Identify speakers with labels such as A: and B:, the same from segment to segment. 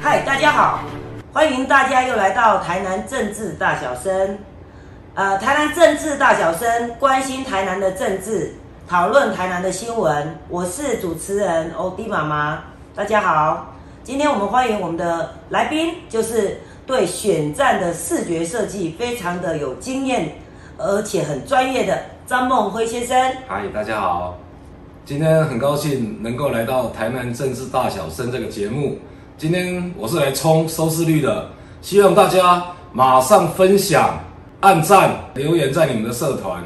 A: 嗨，大家好，欢迎大家又来到台南政治大小生。呃，台南政治大小生关心台南的政治，讨论台南的新闻。我是主持人欧弟妈妈，大家好。今天我们欢迎我们的来宾，就是对选战的视觉设计非常的有经验，而且很专业的张梦辉先生。
B: 嗨，大家好，今天很高兴能够来到台南政治大小生这个节目。今天我是来冲收视率的，希望大家马上分享、按赞、留言在你们的社团，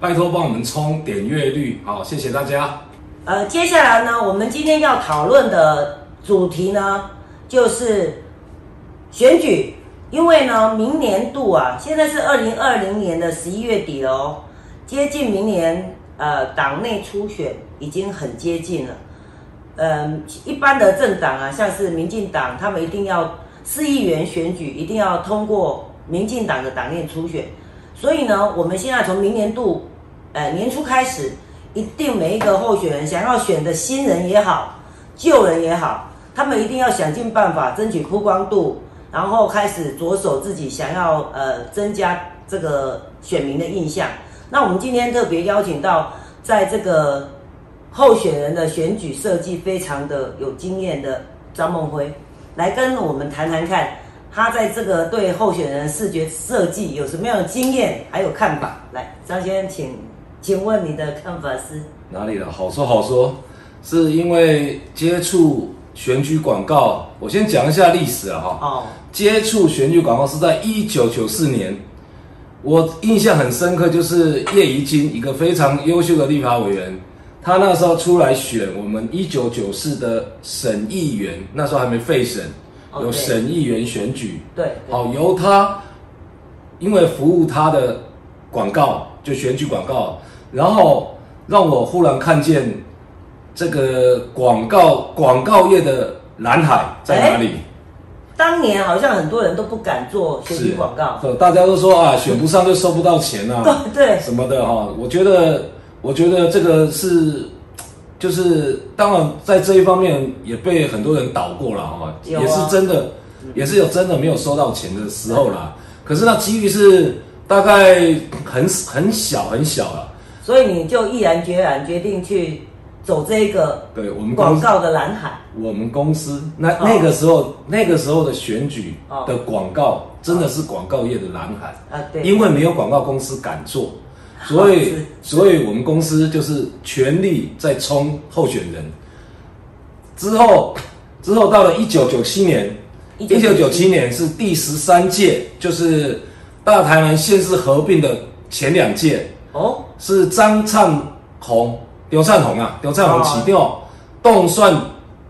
B: 拜托帮我们冲点阅率，好，谢谢大家。
A: 呃，接下来呢，我们今天要讨论的主题呢，就是选举，因为呢，明年度啊，现在是二零二零年的十一月底了哦，接近明年呃党内初选已经很接近了。嗯，一般的政党啊，像是民进党，他们一定要市议员选举，一定要通过民进党的党内初选。所以呢，我们现在从明年度，呃，年初开始，一定每一个候选人想要选的新人也好，旧人也好，他们一定要想尽办法争取曝光度，然后开始着手自己想要呃增加这个选民的印象。那我们今天特别邀请到在这个候选人的选举设计非常的有经验的张梦辉，来跟我们谈谈看，他在这个对候选人视觉设计有什么样的经验，还有看法。来，张先生，请请问你的看法是？
B: 哪里了？好说好说，是因为接触选举广告，我先讲一下历史啊，哈。
A: 哦，
B: 接触选举广告是在一九九四年，我印象很深刻，就是叶宜津一个非常优秀的立法委员，他那时候出来选我们一九九四的省议员，那时候还没废省，
A: 哦
B: 有
A: 对
B: 省议员选举，
A: 对，
B: 好由他因为服务他的广告，就选举广告，然后让我忽然看见这个广告广告业的蓝海在哪里。
A: 当年好像很多人都不敢做选举广告，
B: 对，啊大家都说啊，选不上就收不到钱啊，
A: 对对，
B: 什么的哈、我觉得，我觉得这个是，就是当然在这一方面也被很多人倒过了哈、
A: 有啊嗯
B: 也是真的，也是有真的没有收到钱的时候啦。可是那几率是大概很很小很小了。
A: 所以你就毅然决然决定去走这个
B: 对我们公
A: 广
B: 司，
A: 告的蓝海。
B: 我们公司那那个时候那个时候的选举
A: 哦
B: 的广告真的是广告业的蓝海。
A: 啊，对，
B: 因为没有广告公司敢做，所以
A: 是
B: 所以我们公司就是全力在冲候选人。之后 之后到了一九九七年，一九九七年是第十三届，就是大台南县市合并的前两届，
A: 哦，
B: 是张灿宏、刘灿宏啊，刘灿宏
A: 哦
B: 起掉，动算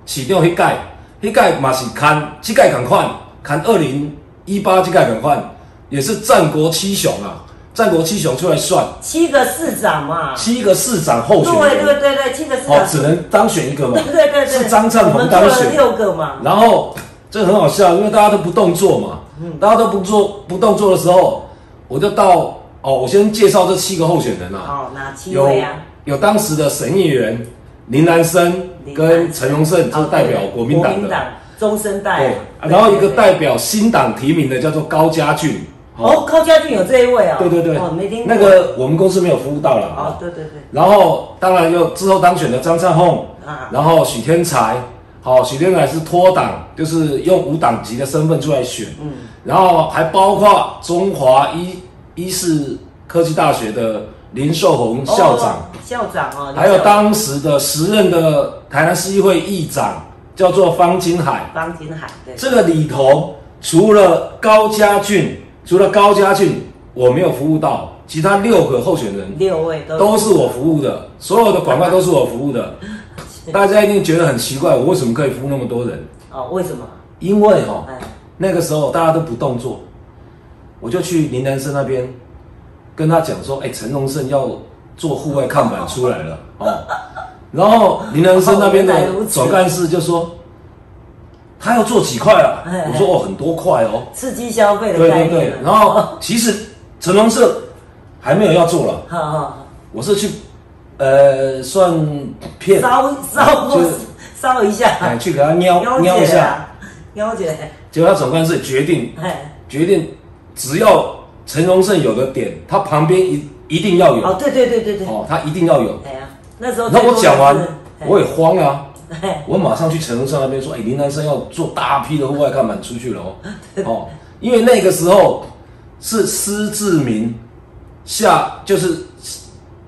B: 起掉迄届，迄届嘛是看，即届同款，看二零一八即届同款，也是战国七雄啊，战国七雄出来算，
A: 七个市长嘛，
B: 七个市长候选
A: 啊对
B: 人，
A: 对对对，七个市
B: 哦
A: 长，，
B: 只能当选一个嘛
A: 对，对对对，
B: 是张灿
A: 我
B: 宏
A: 们
B: 当
A: 做了
B: 选，
A: 六个嘛，
B: 然后这很好笑，因为大家都不动作嘛，
A: 嗯
B: 大家都不做不动作的时候，我就到哦，我先介绍这七个候选人啊。
A: 哦，哪七
B: 有
A: 位啊？
B: 有当时的省议员林南生跟陈荣盛，这是代表国民党
A: 国民
B: 的。
A: 党中生代
B: 对
A: 啊，，
B: 啊然后一个
A: 对对对
B: 代表新党提名的叫做高家俊。
A: 哦，，高家俊有这一位哦，
B: 对对对
A: 哦，没听，过
B: 那个我们公司没有服务到了。
A: 哦
B: 哦，，
A: 对对对，
B: 然后当然又之后当选的张善宏
A: 啊，
B: 然后许天才，好，许天才是脱党，就是用无党籍的身份出来选。
A: 嗯，
B: 然后还包括中华医医事科技大学的林寿宏校长。
A: 哦，校长哦，
B: 还有当时的时任的台南市议会议长叫做方金海。
A: 方金海，对，
B: 这个里头除了高家俊，除了高家俊我没有服务到，其他六个候选人
A: 六位都
B: 都是我服务的，所有的广告都是我服务的。大家一定觉得很奇怪，我为什么可以服务那么多人？
A: 哦，为什么？
B: 因为哈、
A: 哎，
B: 那个时候大家都不动作，我就去林南生那边跟他讲说，哎、陈荣胜要做户外看板出来 了哦。然后林南生那边的
A: 哦原来如此
B: 总干事就说，他要做几块啊
A: 哎哎？
B: 我说哦，很多块哦。
A: 刺激消费的
B: 对
A: 概
B: 对
A: 念，啊
B: 对，然后其实陈荣胜还没有要做了，
A: 好好好。
B: 我是去呃算骗，
A: 烧烧
B: 就是
A: 烧一下，
B: 哎去给他瞄
A: 了
B: 瞄
A: 解
B: 一下，
A: 啊有没有觉得？
B: 结果他总干事决定
A: 哎，
B: 决定，只要陈荣盛有的点，他旁边一一定要有
A: 哦，对对对对对，
B: 哦，他一定要有。
A: 哎呀，那时候
B: 那我讲完，我
A: 也
B: 也慌了啊、
A: 哎
B: 我马上去陈荣盛那边说，哎，林南生要做大批的户外看板出去了 哦，哦，因为那个时候是施志明下就是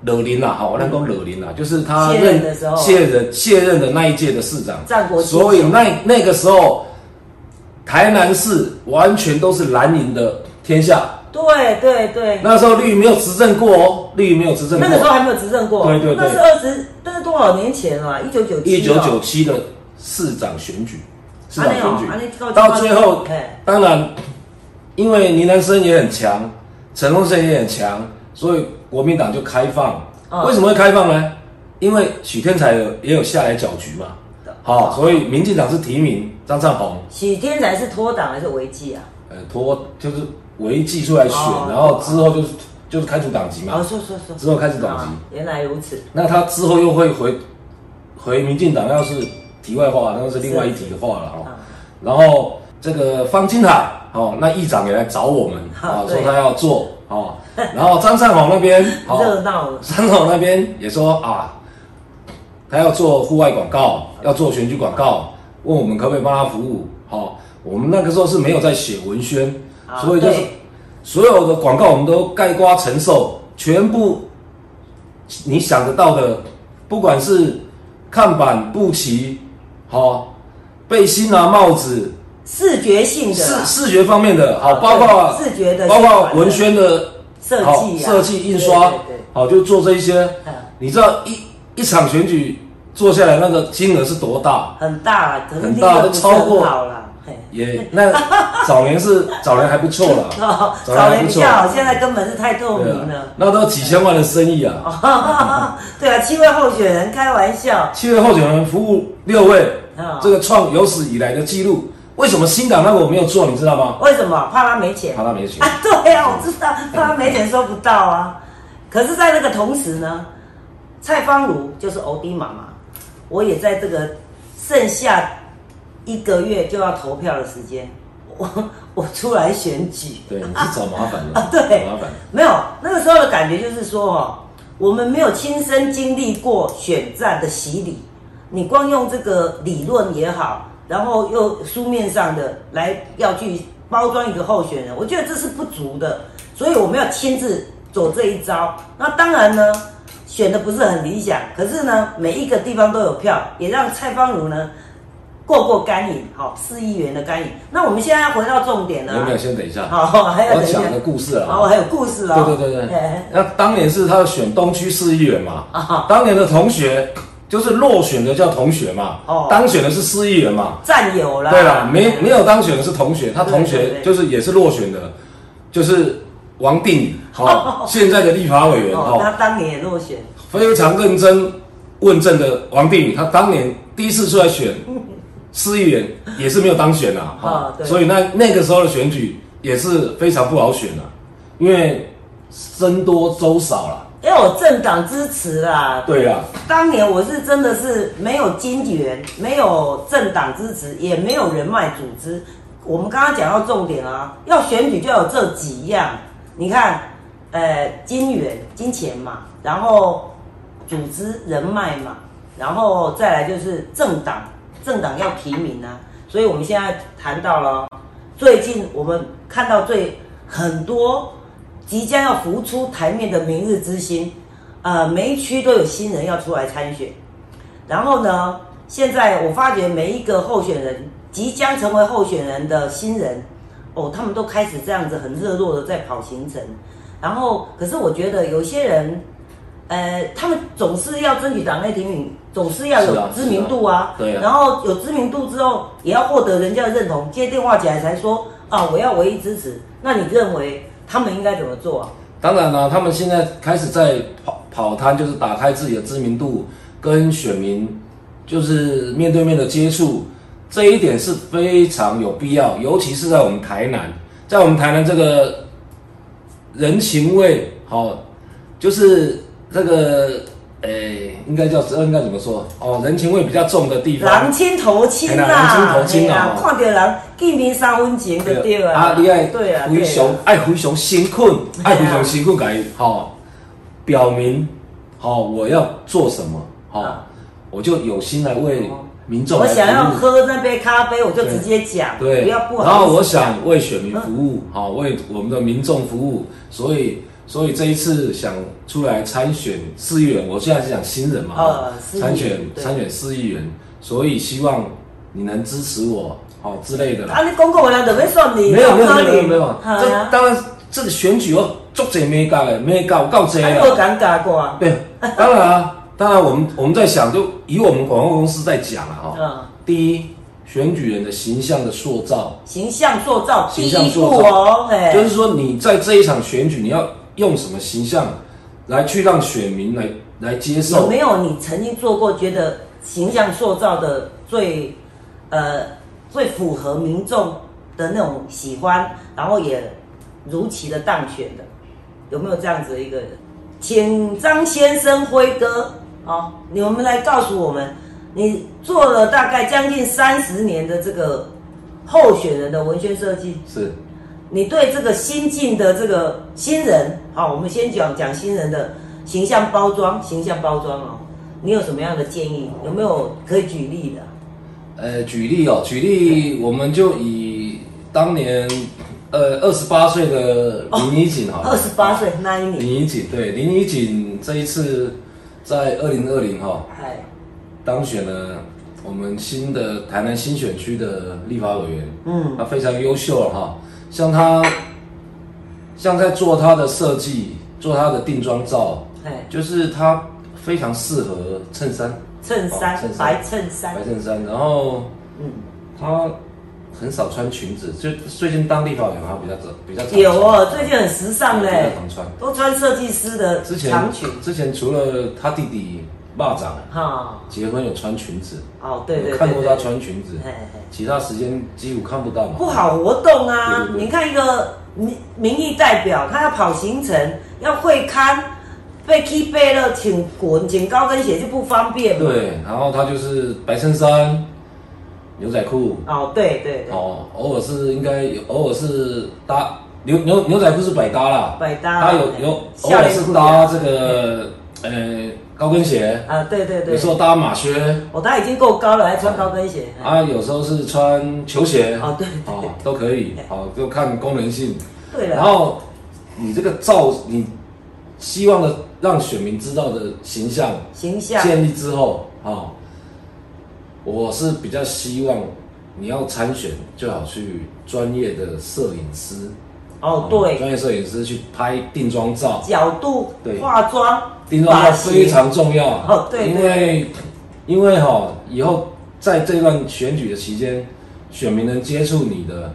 B: 惹林啦、好，我能够惹林啦、就是他
A: 卸任的时候
B: 卸任卸任的那一届的市长，
A: 战国七
B: 所以那那个时候台南市完全都是蓝营的天下。
A: 对哎对对，
B: 那时候绿营没有执政过哦，绿营没有执政
A: 那个时候
B: 过。
A: 还没有执政过，
B: 对对对
A: 那是二十，那是多少年前了啊？一九九七，
B: 一九九七的市长选举，市长选
A: 啊那样哦啊
B: 举
A: 那
B: 到最后
A: 哎，
B: 当然，因为林南生也很强，陈荣生也很强，所以国民党就开放。
A: 嗯
B: 为什么会开放呢？因为许天才有也有下来搅局嘛，好、所以民进党是提名张善宏，
A: 许天才是脱党还是违纪啊？
B: 呃，托就是唯一寄出来选，
A: 哦
B: 然后之后就是就是开除党籍嘛。
A: 哦，说说说，
B: 嗯之后开始党籍
A: 啊原来如此，
B: 那他之后又会回回民进党，那是题外话，那是另外一题的话了哦。
A: 啊，
B: 然后这个方金海哦，那议长也来找我们啊
A: 好，
B: 说
A: 对
B: 他要做 哦。然后张善宏那边，
A: 热
B: 哦，
A: 闹了，
B: 张善宏那边也说啊，他要做户外广告，要做选举广告，问我们可不可以帮他服务。好、我们那个时候是没有在写文宣，
A: 啊
B: 所以就是
A: 对
B: 所有的广告我们都盖瓜承受，全部你想得到的，不管是看板、布旗、好、背心啊、帽子，
A: 视觉性的
B: 视
A: 啦
B: 视觉方面的，好、
A: 啊
B: 包括
A: 对视觉的
B: 包
A: 宣
B: 括
A: 传的
B: 文宣的
A: 设
B: 好
A: 计啊，
B: 设计、印
A: 对
B: 刷
A: 对对，
B: 好、就做这一些
A: 嗯。
B: 你知道一一场选举做下来那个金额是多大？
A: 很大啦，可能
B: 很
A: 力
B: 大都
A: 道不是
B: 超过
A: 很好啦。 嘿
B: 也那早年是 早年还不错啦，
A: 哦，
B: 早年
A: 早
B: 还
A: 年
B: 不
A: 比
B: 错
A: 较，好，现在根本是太透
B: 对
A: 明
B: 啊
A: 了。，
B: 那都几千万的生意啊。
A: 对啊，七位候选人开玩笑，
B: 七位候选人服务六位
A: 啊，
B: 这个创有史以来的记录。为什么新党那个我没有做，你知道吗？
A: 为什么？怕他没钱
B: 怕他没钱。
A: 啊？对啊，我知道，怕他没钱收不到啊。可是，在那个同时呢，蔡芳如就是欧弟妈妈，我也在这个剩下一个月就要投票的时间，我我出来选举。
B: 对，你是找麻烦 的
A: 啊，对
B: 找麻烦。
A: 没有，那个时候的感觉就是说，哦，我们没有亲身经历过选战的洗礼，你光用这个理论也好，然后又书面上的来要去包装一个候选人，我觉得这是不足的，所以我们要亲自走这一招。那当然呢，选的不是很理想，可是呢，每一个地方都有票，也让蔡芳如呢。过过干瘾，好、四亿元的干瘾。那我们现在要回到重点了、
B: 有
A: 啊
B: 没有？。先等一下，
A: 好，还要
B: 我
A: 等一下
B: 讲个故事
A: 哦，
B: 啊。
A: 还有故事哦。
B: 对对对对
A: 哎，
B: 那当年是他选东区市议员嘛
A: 啊，
B: 当年的同学就是落选的叫同学嘛
A: 哦，啊
B: 当选的是市议员嘛。
A: 战友啦。哦
B: 对了，没没有当选的是同学，他同学
A: 哎对对对
B: 就是也是落选的，就是王定 宇，好，现在的立法委员
A: 哦
B: 哦，，
A: 他当年也落选，
B: 非常认真问政的王定宇，他当年第一次出来选市议员也是没有当选啊，
A: 啊
B: 哈
A: 对
B: 所以那那个时候的选举也是非常不好选啊，因为僧多粥少啦。
A: 因为我政党支持啦。
B: 对啊啦，
A: 当年我是真的是没有金源，没有政党支持，也没有人脉组织。我们刚刚讲到重点啊，要选举就有这几样。你看，呃，金源、金钱嘛，然后组织人脉嘛，然后再来就是政党，政党要提名啊。所以我们现在谈到了哦最近我们看到最很多即将要浮出台面的明日之星，呃，每一区都有新人要出来参选。然后呢，现在我发觉每一个候选人即将成为候选人的新人，哦，他们都开始这样子很热络的在跑行程。然后，可是我觉得有些人，呃，他们总是要争取党内提名，总是要有
B: 是啊
A: 知名度啊。
B: 是啊对啊
A: 然后有知名度之后，也要获得人家的认同，接电话起来才说啊，我要唯一支持。那你认为他们应该怎么做啊？
B: 当然啦、他们现在开始在跑跑摊，就是打开自己的知名度，跟选民就是面对面的接触，这一点是非常有必要，尤其是在我们台南，在我们台南这个人情味，好、就是这个诶、呃应该叫责任该怎么说？哦，人情味比较重的地
A: 人
B: 方。
A: 亲头亲啦，
B: 嘿啦人亲头亲啊
A: 嘿
B: 吼
A: 看到人见面三分情就对了。
B: 啊，你爱
A: 对啊，
B: 非
A: 对啊
B: 常爱非常辛苦，爱非
A: 嘿啊
B: 常辛苦，给吼、哦、表明吼、哦、我要做什么，吼、哦
A: 啊、
B: 我就有心来为民众
A: 我
B: 来服务。
A: 想要喝那杯咖啡，我就直接讲，
B: 嗯对，
A: 不要不好意思嗯
B: 然后我想为选民服务，好、为我们的民众服务，所以所以这一次想出来参选市议员，我现在是讲新人嘛，
A: 呃市议员
B: 参选
A: 对
B: 参选市议员，所以希望你能支持我，好、之类的啦。
A: 啊，你公公我俩怎么算你？
B: 没有没有没有没有没有，
A: 哈
B: 这
A: 啊，
B: 当然这个选举哦，足侪没搞的，没搞够侪
A: 你
B: 啦
A: 有。尴尬过啊？
B: 对，当然啊，当然我们我们在想，就以我们广告公司在讲啊，哈、
A: 嗯
B: 第一，选举人的形象的塑造，
A: 形象塑造第
B: 形象
A: 一步
B: 塑造
A: 哦，嘿，
B: 就是说你在这一场选举，你要用什么形象来去让选民来来接
A: 有
B: 受？
A: 没有你曾经做过觉得形象塑造的最呃最符合民众的那种喜欢，然后也如期的当选的？有没有这样子的一个人？请张先生辉哥，哦，你们来告诉我们，你做了大概将近三十年的这个候选人的文宣设计，
B: 是
A: 你对这个新进的这个新人，好，我们先讲讲新人的形象包装，形象包装哦，你有什么样的建议？有没有可以举例的？
B: 呃，举例哦，举例，我们就以当年呃二十八岁的
A: 哦
B: 林怡景好了，
A: 二十八岁那一年，
B: 林怡景对林怡景这一次在二零二零哈
A: 哎，
B: 当选了我们新的台南新选区的立法委员，
A: 嗯
B: 他非常优秀了哈。像他，像在做他的设计，做他的定妆照，
A: 哎，
B: 就是他非常适合衬衫，
A: 衬衫
B: 哦衬衫
A: 白衬衫
B: 白，衬衫，然后
A: 嗯，
B: 他很少穿裙子，就最近当立法委员他比较早比较常
A: 有
B: 穿
A: 哦，最近很时尚
B: 比
A: 嘞
B: 较，常穿。
A: 都穿设计师的
B: 之前
A: 长裙，
B: 之前除了他弟弟霸掌
A: 哈，
B: 结婚有穿裙子，
A: 哦，对对，
B: 我看过
A: 对
B: 他，穿裙子
A: 对，哎哎。
B: 其他时间几乎看不到嘛。
A: 不好活动啊！
B: 对对对
A: 你看一个民民意代表，他要跑行程，要会刊，被 K 背了，请滚，请高跟鞋就不方便嘛。
B: 对，然后他就是白衬衫、牛仔裤，
A: 哦，对对对，
B: 哦，偶尔是应该有，偶尔是搭牛牛牛仔裤是百搭啦，
A: 百搭
B: 他有有偶尔是搭这个呃高跟鞋，
A: 啊，对对
B: 有
A: 对
B: 时，候搭马靴，
A: 哦，他已经够高了，还穿高跟鞋。
B: 啊，有时候是穿球鞋，
A: 哦，对对
B: 哦都可以，哦就看功能性。
A: 对
B: 然
A: 了，
B: 后你这个造你希望的让选民知道的形象
A: 形象
B: 建立之后啊、哦我是比较希望你要参选最好去专业的摄影师啊
A: 哦，对，
B: 专业摄影师去拍定妆照，
A: 角度
B: 对、
A: 化妆、
B: 定妆照
A: 发型
B: 非常重要。啊
A: 哦对
B: 因为因为哈、以后在这段选举的期间，选民能接触你的，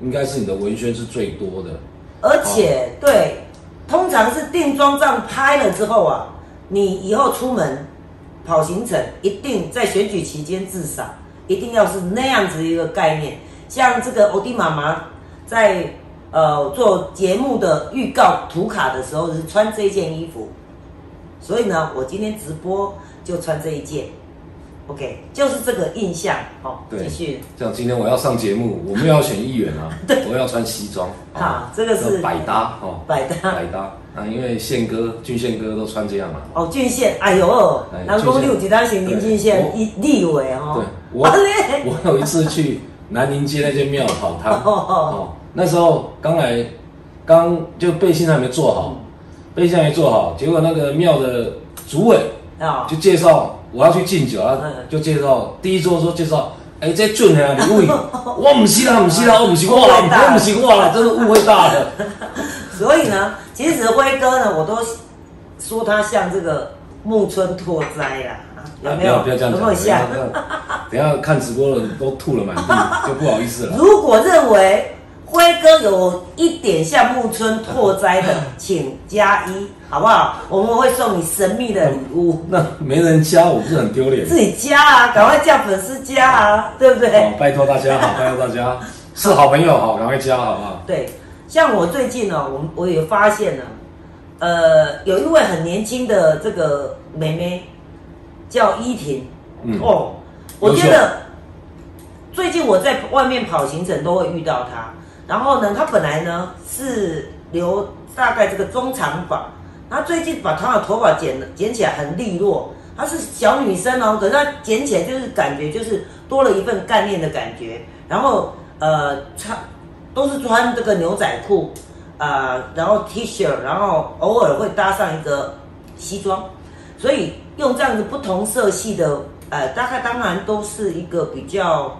B: 应该是你的文宣是最多的。
A: 而且对，通常是定妆照拍了之后啊，你以后出门跑行程，一定在选举期间至少一定要是那样子一个概念。像这个欧弟妈妈在呃做节目的预告图卡的时候是穿这件衣服，所以呢，我今天直播就穿这一件。OK，就是这个印象哦。
B: 对
A: 继续，
B: 像今天我要上节目，我们要选议员啊， 我要穿西装。哦
A: 好这个是
B: 百搭 哦，
A: 百搭
B: 百搭。啊，因为宪哥、俊宪哥都穿这样啊嘛。
A: 哦，郡县，哎呦，
B: 哎
A: 南宫六几当选林郡县
B: 对
A: 一立委哦
B: 对，，我
A: 啊嘞
B: 我有一次去南宁街那间庙跑 摊，
A: 哦
B: 哦，那时候刚来，刚就背心还没做好，背心还没做好，结果那个庙的主委
A: 啊
B: 就介绍我要去敬酒啊
A: 嗯，
B: 就介绍第一桌说介绍。哎、这俊啊，你误 会，我唔是啦，唔是啦，我唔是我啦，
A: 误会大了
B: 我唔是我啦，真的误会大了。
A: 所以呢，其实辉哥呢，我都说他像这个木村拓哉啦， 有没有？
B: 啊不要不要这样
A: 有
B: 讲，
A: 没有像？
B: 等一下等一下看直播的人都吐了满地，就不好意思 了。
A: 如果认为辉哥有一点像木村拓哉 的，请加一，好不好？我们会送你神秘的礼物，
B: 那没人加我不是很丢脸？
A: 自己加啊，赶快叫粉丝加啊，对不对？
B: 哦，拜托大家好，拜托 大家是好朋友好，赶快加好不好？
A: 对，像我最近呢、哦我们我也发现了，呃，有一位很年轻的这个妹妹，叫依婷。
B: 嗯
A: 哦，我
B: 优秀
A: 觉得最近我在外面跑行程都会遇到他。然后呢，他本来呢是留大概这个中长发，然后最近把他的头发剪了剪起来很利落。她是小女生哦，可是她剪起来就是感觉就是多了一份干练的感觉。然后呃，穿都是穿这个牛仔裤，啊，然后 T 恤，然后偶尔会搭上一个西装，所以用这样子不同色系的，呃，大概当然都是一个比较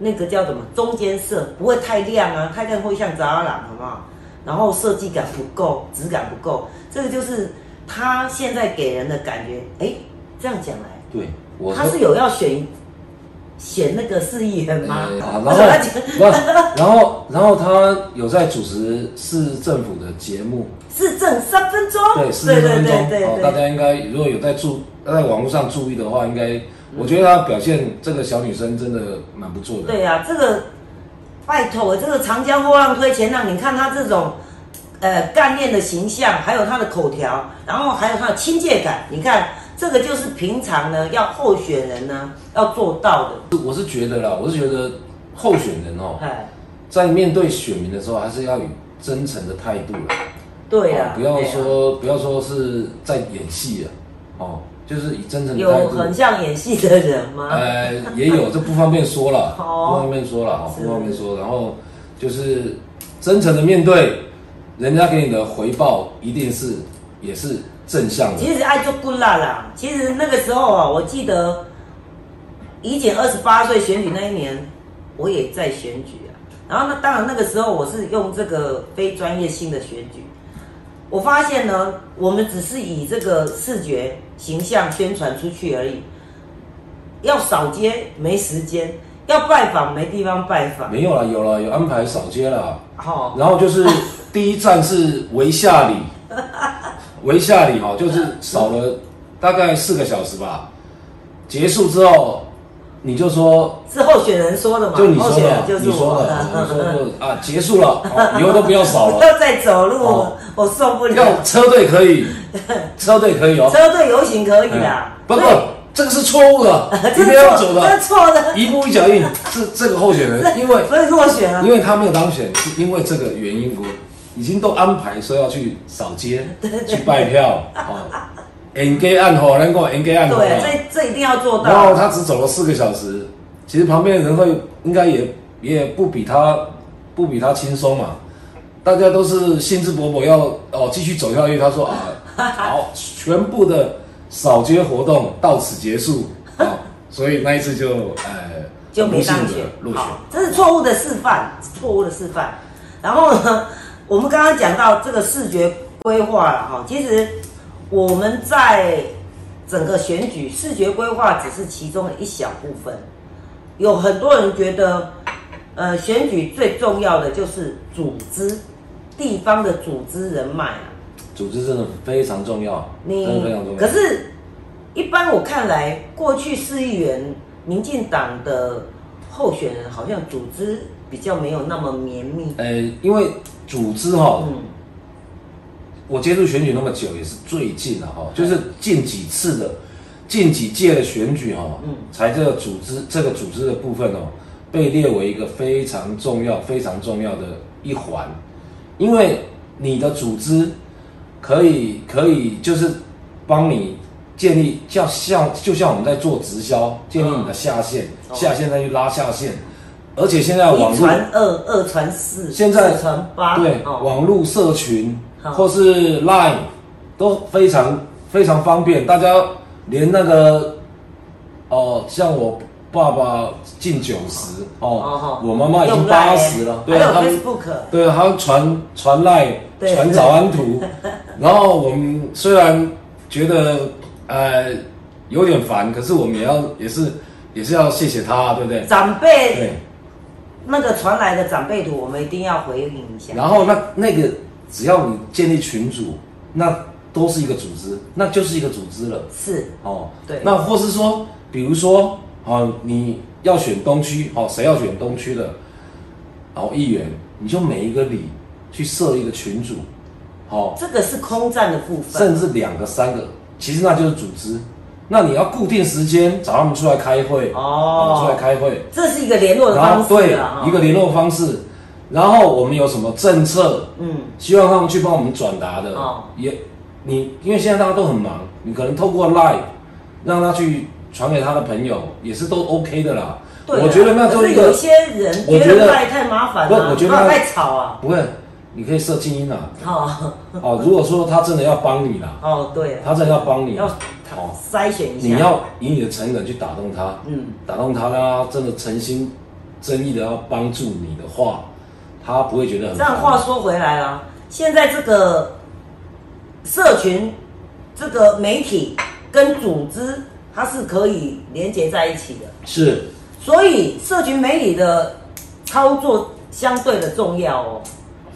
A: 那个叫什么中间色，不会太亮啊，太亮会像杂阿朗，好不好？然后设计感不够，质感不够，这个就是他现在给人的感觉。哎，这样讲来，
B: 对，我
A: 他是有要选选那个市议员吗？
B: 啊，然后，然后，然后，然后他有在主持市政府的节目，
A: 市政三分钟，
B: 对，四十分钟
A: 哦对对对
B: 哦，
A: 对
B: 大家应该如果有在注在网络上注意的话，
A: 嗯
B: 应该我觉得她表现这个小女生真的蛮不错的。
A: 对呀、这个拜托，这个长江后浪推前浪，你看他这种呃干练的形象，还有他的口条，然后还有他的亲切感，你看这个就是平常呢要候选人呢要做到的。
B: 我是觉得啦，我是觉得候选人哦，
A: 哎，
B: 在面对选民的时候，还是要有真诚的态度啦。
A: 对呀、
B: 哦不要
A: 对啊
B: 说不要说是在演戏了，哦，就是以真诚的态
A: 有很
B: 度。
A: 像演戏的人吗？
B: 呃，也有这不方便说了，
A: 哦
B: 不方便说了，哦
A: 是
B: 不方便说。然后就是真诚的面对，人家给你的回报一定是也是正向的。
A: 其实爱就不辣啦。其实那个时候啊，我记得怡姐二十八岁选举那一年，我也在选举啊。然后呢，当然那个时候我是用这个非专业性的选举。我发现呢，我们只是以这个视觉形象宣传出去而已，要扫街没时间，要拜访没地方拜访。
B: 没有了，有了，有安排扫街了。
A: 好、
B: 然后就是第一站是 维夏里，维夏里哈、哦，就是扫了大概四个小时吧。结束之后，你就说，
A: 是候选人说的嘛？
B: 就你说
A: 候选
B: 的啊
A: 人，就
B: 你
A: 是
B: 说
A: 我，
B: 的，你说就啊，结束了，哦以后都不要扫
A: 不
B: 了。
A: 要再走路，
B: 哦
A: 我受不了。
B: 要车队可 以，车队可以哦。
A: 车队游行可以啦
B: 哎，不不
A: 对，，
B: 这个是错误的你
A: 这
B: 不
A: 是
B: 要
A: 错
B: 走
A: 这
B: 的
A: 是，错的，
B: 一步一脚印是这个候 选人，因为
A: 所以落选啊了
B: 因。为他没有当选，是因为这个原因，我已经都安排说要去扫街、去拜票， 哦，N G 暗号，能够 N G 暗号，啊
A: 对，这这一定要做
B: 然后
A: 到。
B: 他只走了四个小时，其实旁边的人会应该也也不比他不比他轻松嘛，大家都是兴致勃勃要哦继续走下去。他说啊，好，全部的扫街活动到此 结束啊、哦所以那一次就呃
A: 就没当
B: 很不
A: 选
B: 幸地落选
A: 好，这是错误的示范，错误的示范。然后呢，我们刚刚讲到这个视觉规划了哈，其实我们在整个选举视觉规划只是其中的一小部分，有很多人觉得，呃，选举最重要的就是组织，地方的组织人脉啊。
B: 组织真的非常重要，真
A: 你
B: 的非常重要。
A: 可是，一般我看来，过去市议员、民进党的候选人好像组织比较没有那么绵密。
B: 呃，因为组织哈、
A: 嗯，
B: 我接触选举那么久，也是最近了哈、
A: 嗯
B: 就是近几次的、近几届的选举哈、
A: 嗯
B: 才这个组织这个组织的部分哦，被列为一个非常重要、非常重要的一环，因为你的组织可以可以就是帮你建立，像像就像我们在做直销，建立你的下线，
A: 哦
B: 下线再去拉下线，而且现在网
A: 一
B: 络
A: 传二，二传四，
B: 现在
A: 四传八，
B: 对，
A: 哦，
B: 网络社群
A: 好
B: 或是 Line 都非常非常方便，大家连那个哦、像我爸爸近九十
A: 哦
B: 哦
A: 吼，
B: 我妈妈已经
A: 用 Line
B: 八十了，
A: 还
B: 对
A: 有
B: 啊，他们
A: Facebook，
B: 对啊，他传传 Line
A: 对
B: 传早安图， 然后我们虽然觉得呃有点烦，可是我们也要也是也是要谢谢他，对不对？
A: 长辈
B: 对。
A: 那个传来的长辈图，我们一定要回应一下。
B: 然后那那个只要你建立群组，那都是一个组织，那就是一个组织了。
A: 是，
B: 哦，
A: 对
B: 那或是说，比如说，哦，你要选东区，哦，谁要选东区的，哦，议员，你就每一个里去设一个群组，哦，
A: 这个是空战的部分。
B: 甚至两个、三个，其实那就是组织。那你要固定时间找他们出来开会，
A: 哦
B: 他们出来开会，
A: 这是一个联络的
B: 然
A: 方
B: 后
A: 式
B: 对
A: 啊，
B: 一个联络方式，然后我们有什么政策，
A: 嗯，
B: 希望他们去帮我们转达的，
A: 哦
B: 也你因为现在大家都很忙，你可能透过 Line 让他去传给他的朋友，也是都 OK 的啦。
A: 对啊。
B: 我觉得那就
A: 可是
B: 一
A: 有
B: 个
A: 一些人
B: 我
A: 觉
B: 觉
A: 得
B: 得
A: 赖太麻烦
B: 不
A: 了，
B: 我觉得
A: 啊
B: 那
A: 太吵啊，
B: 不会，你可以设静音啦。
A: 哦
B: 哦，如果说他真的要帮你啦，
A: 哦，对啊，
B: 他真的要帮你，
A: 要
B: 哦，
A: 筛选一下，
B: 你要以你的诚恳去打动他，
A: 嗯，
B: 打动他，让他真的诚心真意的要帮助你的话，他不会觉得很
A: 这样
B: 烦
A: 话说回来了，现在这个社群、这个媒体跟组织，它是可以连接在一起的，
B: 是
A: 所以社群媒体的操作相对的重要哦。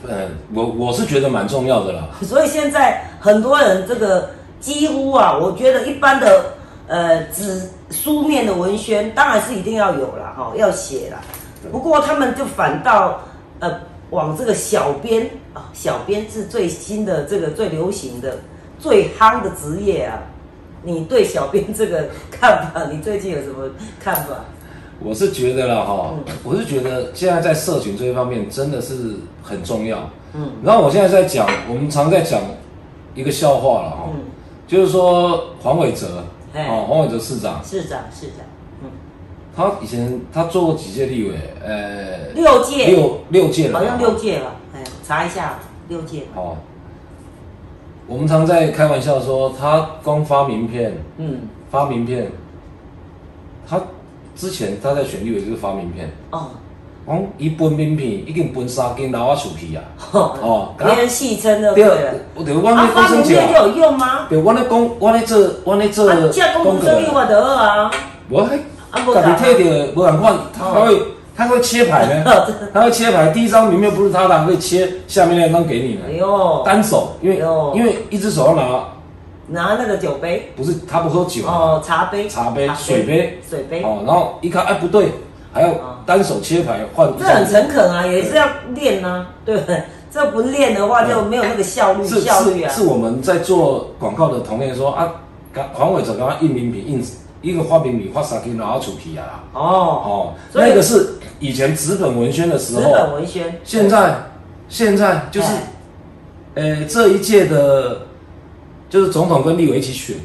B: 嗯，我我是觉得蛮重要的啦。
A: 所以现在很多人这个几乎啊，我觉得一般的呃纸书面的文宣当然是一定要有啦，哈、要写啦。不过他们就反倒呃往这个小编啊，小编是最新的这个最流行的最夯的职业啊。你对小编这个看法，你最近有什么看法？
B: 我是觉得啦哈
A: 嗯，
B: 我是觉得现在在社群这一方面真的是很重要。
A: 嗯
B: 然后我现在在讲，我们常在讲一个笑话了哈，
A: 嗯，
B: 就是说黄伟哲，
A: 哎
B: 哦，黄伟哲市长，
A: 市长市长，嗯，
B: 他以前他做过几届立委，呃，
A: 六届
B: 六六届了，
A: 好像六届了，哎，查一下六届，
B: 哦。我们常在开玩笑说，他光发名片，
A: 嗯，
B: 发名片，他之前他在选立委就是发名片，
A: 哦。
B: 讲伊分名片已经分三斤老我手皮啊，
A: 哦
B: 哦，
A: 别人戏称的，
B: 对
A: 对了，，
B: 我对我
A: 啊，
B: 咧
A: 发
B: 讲
A: 明
B: 生
A: 面就
B: 笑，
A: 有用吗？
B: 对我咧讲，我咧做，我咧做
A: 啊，这公主生意我得啊，
B: 我还
A: 啊哦不
B: 自
A: 敢
B: 己退掉，无人看，他会他会切牌
A: 哦
B: 呢，他会切牌，第一张明面不是他的，会切下面那张给你
A: 哎
B: 呢，
A: 呦，
B: 单手，因为
A: 哎呦
B: 因为一只手要拿，
A: 拿那个酒杯，
B: 不是他不喝酒，
A: 哦，茶杯，
B: 茶杯水杯，
A: 水杯，
B: 哦，然后一看哎不对，还要
A: 哦
B: 单手切牌换一
A: 这很
B: 张，
A: 诚恳啊，也是要练啊，对不对？这不练的话就没有那个效率，
B: 是
A: 效率
B: 是
A: 啊
B: 是，我们在做广告的同业说啊，刚黄伟哲刚刚印名品印一个花瓶里画三斤，然后出皮啊啦。
A: 哦，
B: 哦，
A: 所以
B: 那个是以前纸本文宣的时
A: 纸
B: 候
A: 本，文宣，
B: 现在现在就是，
A: 哎
B: 呃，这一届的，就是总统跟立委一起选，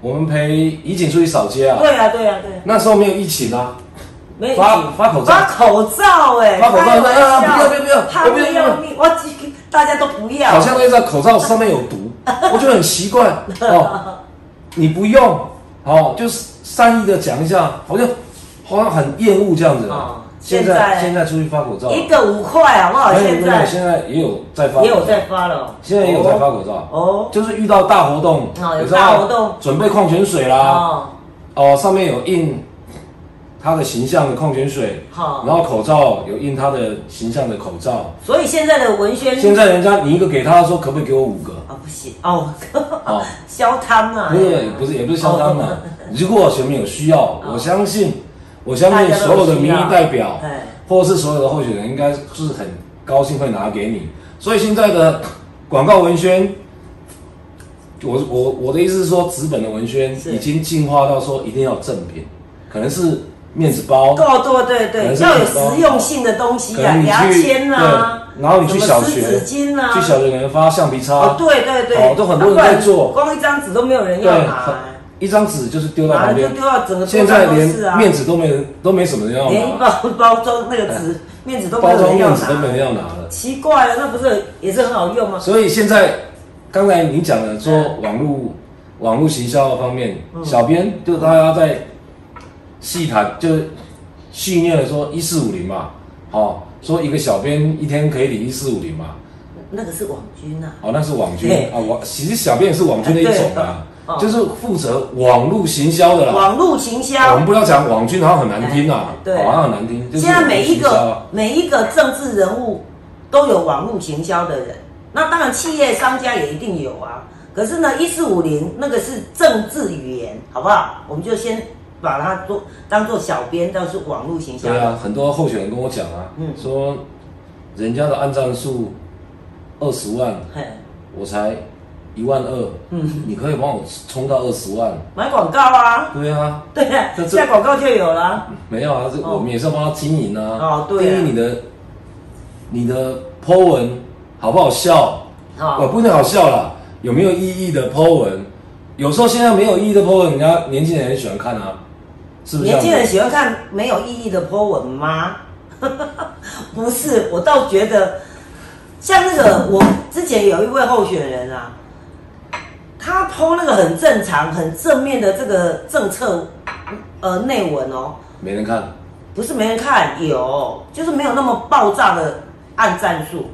B: 我们陪怡景出去扫街
A: 哎
B: 啊，
A: 对啊，对啊，对啊，
B: 那时候没有疫情啊，
A: 没有
B: 发
A: 疫情
B: 发口罩
A: 发口罩，哎，
B: 发口罩
A: 开玩
B: 啊啊
A: 笑
B: 不要不要不要
A: 怕
B: 不要
A: 的
B: 不要
A: 要命，哇，这个 大家都不要，
B: 好像那个口罩上面有 毒，我觉得很奇怪
A: 啊
B: 哦，你不用哦，就是善意的讲一下，好像好像很厌恶这样子
A: 哦
B: 啊。现
A: 现在
B: 在现在出去发口罩，
A: 一个五块啊好不好？
B: 没有
A: 现
B: 没有
A: 在
B: 现在也有在发，
A: 也有在发了哦，
B: 现在也有在发口罩
A: 哦
B: 就是遇到大活动，
A: 哦有
B: 时候
A: 大活动
B: 准备矿泉水啦，
A: 哦，
B: 哦，上面有印他的形象的矿泉水，
A: 好
B: 然后口罩有印他的形象的口罩。
A: 所以现在的文宣
B: 现在人家你一个给他说，可不可以给我五个？
A: 啊不行哦，
B: 哦，
A: 消摊啊，
B: 不是不是也不是啊相当的。如果选民有需要，我相信我相
A: 哦大
B: 信
A: 家都
B: 所有的
A: 需
B: 民
A: 要
B: 意代表，
A: 哎，
B: 或者是所有的候选人，应该是很高兴会拿给你。所以现在的广告文宣，我我我的意思是说，纸本的文宣
A: 是
B: 已经进化到说一定要有赠品，可能是面子包，
A: 够多对对，
B: 可是
A: 要有实用性的东西
B: 可
A: 啊，
B: 能你
A: 牙
B: 去
A: 签啊，
B: 对，然后你去
A: 什么
B: 小
A: 湿
B: 学，
A: 纸巾啊，
B: 去小学可能发橡皮擦，
A: 哦对对对，
B: 哦都很多人在做
A: 啊不然光一张纸都没有人要
B: 对
A: 拿，，
B: 一张纸就是丢到
A: 拿了
B: 旁
A: 就
B: 边。
A: 丢到整个桌
B: 现
A: 啊上
B: 在
A: 都是
B: 连
A: 啊，
B: 面子都没人，都没什么人要
A: 连一
B: 拿，
A: 包 包装那个纸面纸都没
B: 包
A: 有
B: 装
A: 人要
B: 面子都没人
A: 拿，
B: 要拿了。
A: 奇怪了，那不是也是很好用吗？
B: 所以现在，刚才你讲的说
A: 嗯
B: 网络网络行销方面，小编就大家在细谈，就是训练了说一四五零嘛，好、哦，说一个小编一天可以领一四五零嘛，
A: 那个是网军啊，
B: 哦，那是网军
A: 对
B: 啊，网其实小编也是网军的一种啊
A: 对哦，
B: 就是负责网络行销的啦。
A: 网络行
B: 我
A: 销哎
B: 们。不要讲网军，好像很难听啊，
A: 对
B: 哦好像很难听。就是
A: 现在每一
B: 网络行销啊
A: 个每一个政治人物都有网络行销的人，那当然企业商家也一定有啊。可是呢，一四五零那个是政治语言，好不好？我们就先把它做当做小编，当是网络行销
B: 对。啊，很多候选人跟我讲啊，
A: 嗯
B: 说人家的按赞数二十万，
A: 嘿，
B: 我才一一万二，嗯，你可以帮我冲到二十万，
A: 买广告啊，
B: 对啊，
A: 对啊，
B: 这这
A: 现在广告就有了啊。
B: 没有啊，这我们也是要帮他经营啊，
A: 哦对啊
B: 第一你的你的 Po 文好不好笑？
A: 好
B: 哦，不能好笑啦，有没有意义的 Po 文？有时候现在没有意义的 Po 文，人家年轻人很喜欢看啊，是不是
A: 年
B: 这样子？
A: 轻人喜欢看没有意义的 po 文吗？ 不是，我倒觉得，像那 个我之前有一位候选人啊，他 po 那个很正常、很正面的这个政策呃内文哦，
B: 没人看，
A: 不是没人看，有，就是没有那么爆炸的按战术。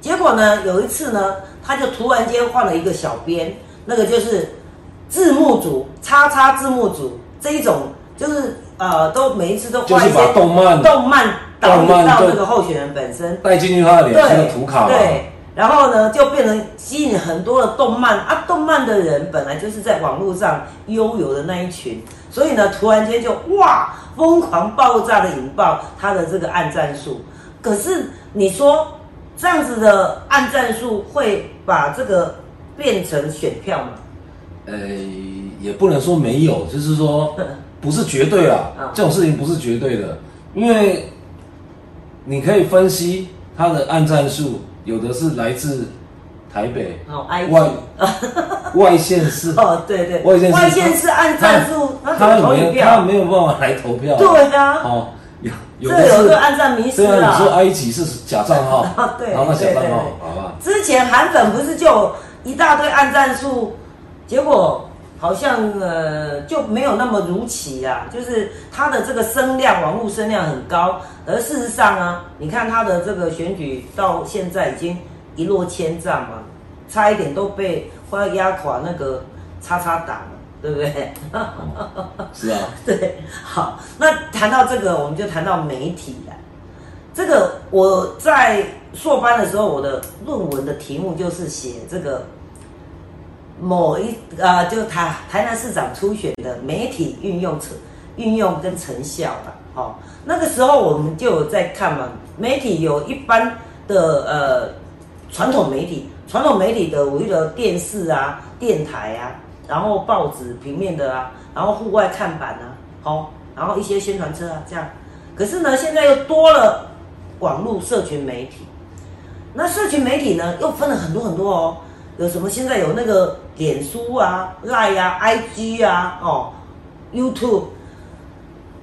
A: 结果呢，有一次呢，他就突然间换了一个小编，那个就是字幕组叉叉字幕组这一种，就是呃，都每一次都
B: 就
A: 换
B: 是
A: 一
B: 把
A: 些
B: 动漫
A: 动漫导入
B: 动漫
A: 到
B: 就
A: 那个候选人本身，
B: 带进去他的脸书的图卡嘛，
A: 对，然后呢，就变成吸引很多的动漫啊，动漫的人本来就是在网络上悠游的那一群，所以呢，突然间就哇，疯狂爆炸的引爆他的这个暗战术。可是你说这样子的暗战术会把这个变成选票吗？
B: 呃，也不能说没有，就是说 不是绝对啦
A: 嗯，
B: 这种事情不是绝对的，因为你可以分析他的按战术，有的是来自台 北
A: 哦，埃及
B: 外外县市，
A: 哦，对对，
B: 外县市
A: 是暗战术，他怎
B: 他
A: 么投你
B: 有没有他
A: 票？
B: 没有办法来投票，
A: 对啊，
B: 哦，有有
A: 这有一个
B: 的
A: 暗战迷失
B: 是，虽然你说
A: 啊。
B: 埃及是假账号
A: 啊，对
B: 然后那假账
A: 对对
B: 号，
A: 对
B: 好吧，
A: 之前韩粉不是就有一大堆暗战术，结果好像呃就没有那么如期啊，就是他的这个声量，网络声量很高，而事实上啊，你看他的这个选举到现在已经一落千丈嘛，差一点都被快要压垮那个叉叉党了，对不对？
B: 是啊，
A: 对，好，那谈到这个，我们就谈到媒体了。这个我在硕班的时候，我的论文的题目就是写这个某一呃，就台台南市长初选的媒体运用成运用跟成效吧。哦，那个时候我们就有在看嘛，媒体有一般的呃传统媒体，传统媒体的我记得电视啊、电台啊，然后报纸平面的啊，然后户外看板啊，好、然后一些宣传车啊这样。可是呢，现在又多了网络社群媒体，那社群媒体呢又分了很多很多哦，有什么现在有那个脸书啊、Line 啊、IG 啊、哦、YouTube，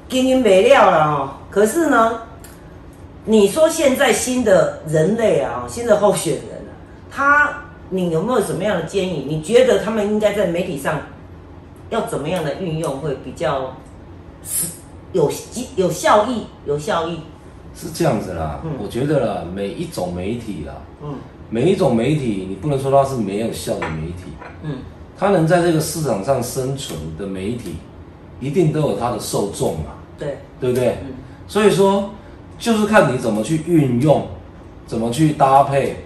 A: 经营没料了哦。可是呢，你说现在新的人类啊，新的候选人啊，他你有没有什么样的建议？你觉得他们应该在媒体上要怎么样的运用会比较实有有效益？有效益？
B: 是这样子啦
A: 嗯，
B: 我觉得啦，每一种媒体啦。
A: 嗯
B: 每一种媒体，你不能说它是没有效的媒体，
A: 嗯
B: 它能在这个市场上生存的媒体，一定都有它的受众嘛，
A: 对，
B: 对不对？
A: 嗯
B: 所以说，就是看你怎么去运用，怎么去搭配。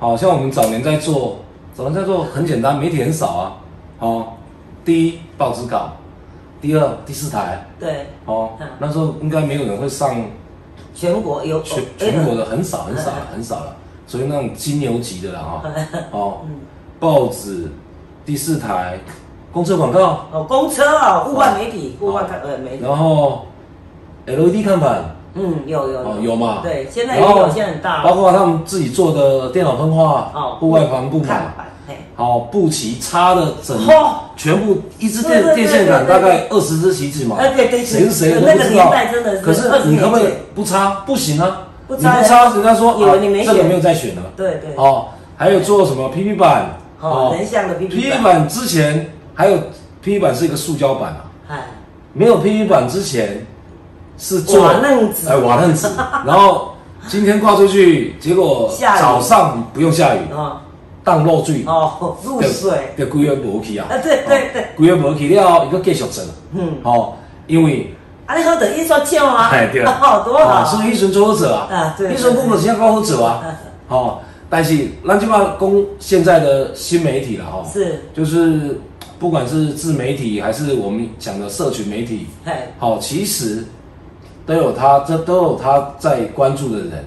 B: 好像我们早年在做，早年在做很简单，媒体很少啊。哦，第一报纸稿，第二第四台，
A: 对，
B: 哦
A: 嗯，
B: 那时候应该没有人会上
A: 全国有
B: 全
A: 哎
B: 全国的很少很少了很少了，所以那种金牛级的啦哈、哦，
A: 嗯
B: 报纸、第四台、公车广告，
A: 哦，公车哦，户外媒体，户外看呃媒体，
B: 然后 LED 看板
A: 嗯，有有
B: 哦有嘛，
A: 对，现在也
B: 然后
A: 有，现在很大
B: 包
A: 了哦
B: 括他们自己做的电脑喷画、户外帆布嘛
A: 嗯看，板，嘿，
B: 好布旗插的整
A: 哦
B: 全部一支
A: 对对对
B: 电电线杆
A: 对
B: 大
A: 对对
B: 概二十支旗子嘛，
A: 哎对对对
B: 谁是谁
A: 对
B: 都不
A: 那个
B: 知道
A: 年代真的是
B: 可是
A: 20
B: 你可不可以
A: 年前
B: 不插？不行啊，
A: 不
B: 你
A: 插
B: 不插，人家说
A: 以为
B: 啊
A: 你没
B: 这个
A: 选
B: 没有再选了。
A: 对对，
B: 哦，还有做什么 PP 板？
A: 哦，人像的 B B
B: PP 板之前还有 PP 板是一个塑胶板啊，
A: 哎，
B: 没有 PP 板之前是做
A: 瓦楞纸
B: 哎瓦 楞纸，然后今天挂出去，结果
A: 下雨
B: 早上不用下雨，
A: 哦
B: 当漏水，
A: 哦，入水，
B: 就规个无去啊
A: 啊，对对对
B: 哦，规个无去了，伊个继续整，
A: 嗯，
B: 哦，因为
A: 啊，你喝的一双酒啊，
B: 哎对，
A: 哦，多
B: 哦
A: 好
B: 是，迄阵做好做啊，
A: 啊对
B: 迄阵不是像讲好做啊，哦，但是咱即摆讲现在的新媒体了哦，
A: 是，
B: 就是不管是自媒体还是我们讲的社群媒体，
A: 哎，
B: 好，其实都有他，这都有他在关注的人。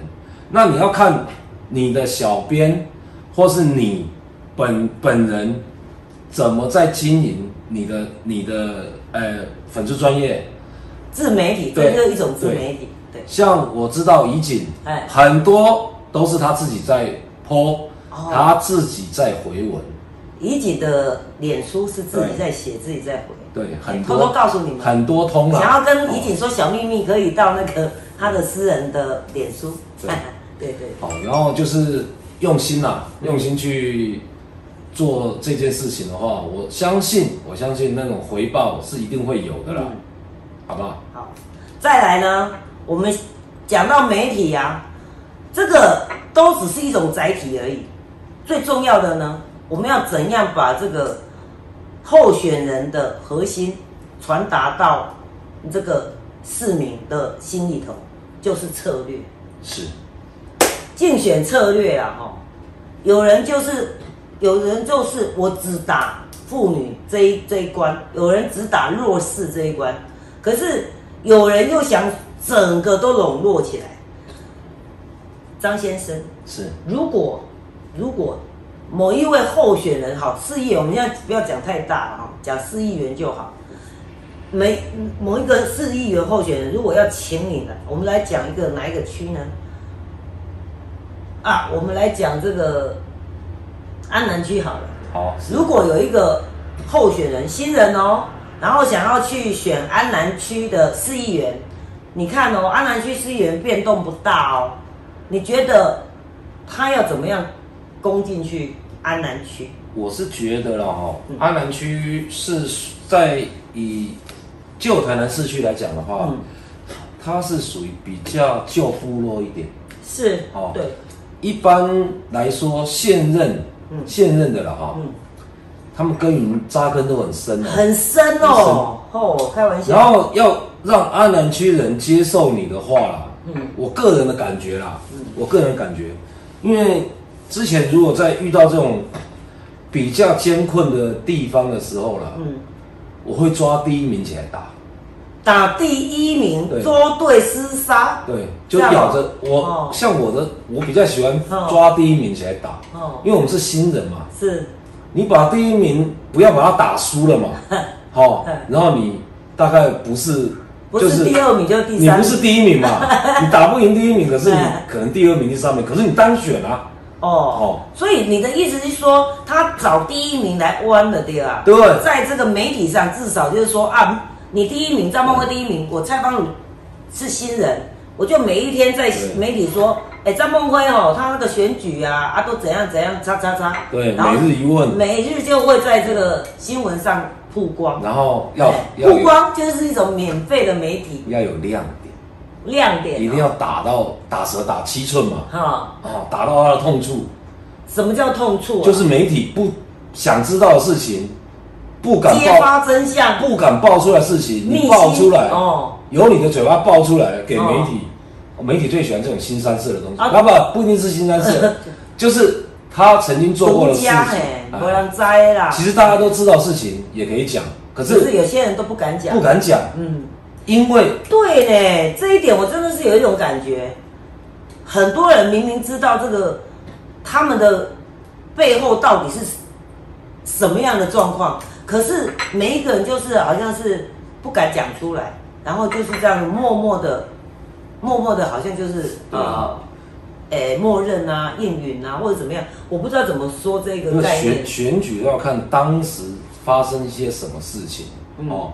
B: 那你要看你的小编，或是你本本人怎么在经营你的你的呃粉丝专业。
A: 自媒体，
B: 对
A: 这就是一种自媒体，对，
B: 像我知道怡景，
A: 哎
B: 很多都是他自己在 po，、
A: 哦
B: 他自己在回文，
A: 怡己的脸书是自己在写，自己在回，
B: 对，
A: 哎
B: 很
A: 偷
B: 多
A: 偷告诉你们，
B: 很多通了。
A: 想要跟怡
B: 哦
A: 景说小秘密，可以到那个他的私人的脸书，
B: 对
A: 对对，
B: 好，然后就是用心啦、用心去做这件事情的话，我相信，我相信那种回报是一定会有的啦，
A: 嗯
B: 好不好？
A: 好，再来呢，我们讲到媒体啊，这个都只是一种载体而已。最重要的呢，我们要怎样把这个候选人的核心传达到这个市民的心里头，就是策略。
B: 是，
A: 竞选策略啊，哈，有人就是有人就是我只打妇女这一这一关，有人只打弱势这一关，可是有人又想整个都笼络起来。张先生，
B: 是，
A: 如果如果某一位候选人好，市议员，我们现在不要讲太大了哈，讲市议员就好。每某一个市议员候选人，如果要请你来，我们来讲一个哪一个区呢？啊，我们来讲这个安南区好了。
B: 好，是
A: 如果有一个候选人新人哦，然后想要去选安南区的市议员，你看哦，安南区市议员变动不大哦，你觉得他要怎么样攻进去安南区？
B: 我是觉得了哈，
A: 嗯
B: 安南区是在以旧台南市区来讲的话，
A: 嗯
B: 它是属于比较旧部落一点。
A: 是，
B: 哦
A: 对，
B: 一般来说，现任、
A: 嗯
B: 现任的了哈，
A: 嗯，
B: 他们耕耘扎根都很深哦。
A: 很深哦，哦，开玩
B: 然
A: 笑，
B: 后要让安南区人接受你的话啦，
A: 嗯
B: 我个人的感觉啦，我个人的感觉，因为之前如果在遇到这种比较艰困的地方的时候啦，
A: 嗯，
B: 我会抓第一名起来打，
A: 打第一名，
B: 对
A: 捉对厮杀，
B: 对，就
A: 这样啊
B: 咬着我，
A: 哦
B: 像我的，我比较喜欢
A: 哦
B: 抓第一名起来打，
A: 哦，
B: 因为我们是新人嘛，
A: 是，
B: 你把第一名不要把他打输 了嘛，好、
A: 嗯
B: 然后你大概不是，
A: 不是第二名就是第
B: 你
A: 三
B: 不
A: 名，
B: 是第一名 嘛，你打不赢第一名，可是你
A: 嗯
B: 可能第二名、第三名，可是你单选啊，
A: 哦
B: 哦，
A: 所以你的意思是说，他找第一名来弯了，对吧？
B: 对
A: 在这个媒体上，至少就是说啊，你第一名，张梦辉第一名，我蔡芳如是新人，我就每一天在
B: 对
A: 媒体说，哎，张梦辉哦，他那个选举啊，啊都怎样怎样，叉叉叉，
B: 对，每日一问，
A: 每日就会在这个新闻上曝光，
B: 然后要
A: 哎
B: 要
A: 曝
B: 有
A: 光就是一种免费的媒体
B: 要有亮点，
A: 亮点哦，
B: 一定要打到打蛇打七寸嘛，
A: 哈、
B: 哦，打到他的痛处，
A: 什么叫痛处、啊？
B: 就是媒体不想知道的事情，不敢
A: 揭
B: 爆，
A: 发真相，
B: 不敢爆出来的事情，
A: 密
B: 你
A: 辛
B: 爆出来，
A: 哦。
B: 由你的嘴巴爆出来给媒体，媒体最喜欢这种新三色的东西。
A: 啊
B: 啊不，不一定是新三 色，就是他曾经做过
A: 独
B: 的事情
A: 家哎，。
B: 啊
A: 没人知啦。
B: 其实大家都知道事情，也可以讲，可
A: 只是
B: 是
A: 有些人都不敢讲
B: 不。敢讲，
A: 嗯，
B: 因为
A: 对呢，这一点我真的是有一种感觉，很多人明明知道这个他们的背后到底是什么样的状况，可是每一个人就是好像是不敢讲出来，然后就是这样默默的、默默的，好像就是
B: 对
A: 呃。诶，默认啊，应允啊，或者怎么样，我不知道怎么说这
B: 因
A: 个
B: 为
A: 概念
B: 选。选举要看当时发生一些什么事情、
A: 嗯
B: 哦，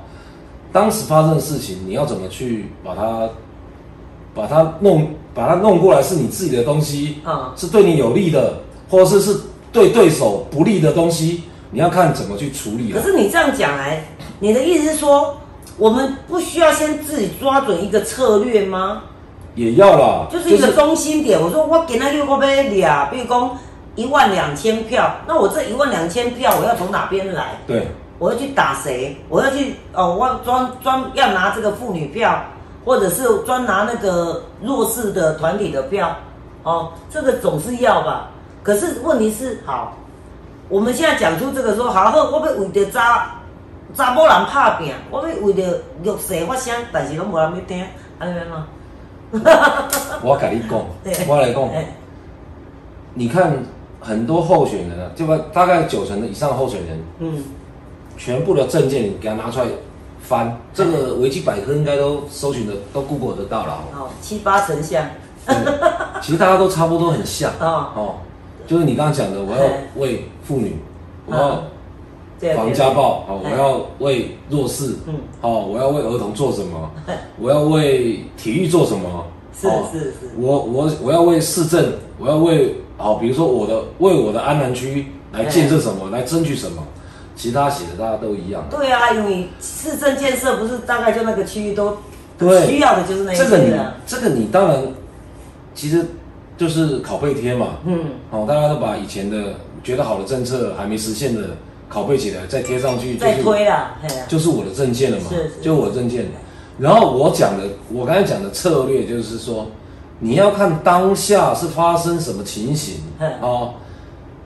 B: 当时发生的事情，你要怎么去把它把它弄把它弄过来，是你自己的东西，
A: 嗯
B: 是对你有利的，或者是是对对手不利的东西，你要看怎么去处理啊
A: 可
B: 了。
A: 是你这样讲来，你的意思是说，我们不需要先自己抓准一个策略吗？
B: 也要啦，
A: 就是一个中心点。我说我给那六个杯俩，比如说一万两千票，那我这一万两千票我要从哪边来？
B: 对
A: 我要去打谁？我要去哦，我要专专要拿这个妇女票，或者是专拿那个弱势的团体的票，哦，这个总是要吧。可是问题是，好，我们现在讲出这个说，好，好我要为着查查某人拍拼，我要为着弱势发声，但是拢无人要听，安尼吗？
B: 我跟你讲
A: 对，
B: 我来讲
A: 哎，
B: 你看很多候选人啊，就把大概九成的以上的候选人，
A: 嗯，
B: 全部的证件你给他拿出来翻，这个维基百科应该都搜寻的都 Google 得到了哦。
A: 哦，七八成像，
B: 对其实大家都差不多很像
A: 哦
B: 哦，就是你刚刚讲的，我
A: 哎
B: 要为妇女，我
A: 嗯
B: 要
A: 对，
B: 防
A: 对
B: 家暴，哦，
A: 哎
B: 我要为弱势，
A: 嗯
B: 哦，我要为儿童做什么
A: 哎？
B: 我要为体育做什么？
A: 是
B: 哦
A: 是是
B: 我我我要为市政，我要为哦，比如说我的为我的安南区来建设什么，
A: 哎
B: 来争取什么？其他写的大家都一样。
A: 对啊，因为市政建设不是大概就那个区域都
B: 对
A: 需要的就是那一
B: 这个
A: 些
B: 你
A: 了，
B: 这个你当然其实就是拷贝贴嘛，
A: 嗯，
B: 哦，大家都把以前的觉得好的政策还没实现的拷贝起来，再贴上去，
A: 再推啦，哎呀，
B: 就是我的证件了嘛，
A: 是是
B: 就是我的证件。然后我讲的，我刚才讲的策略就是说，你要看当下是发生什么情形
A: 嗯
B: 哦。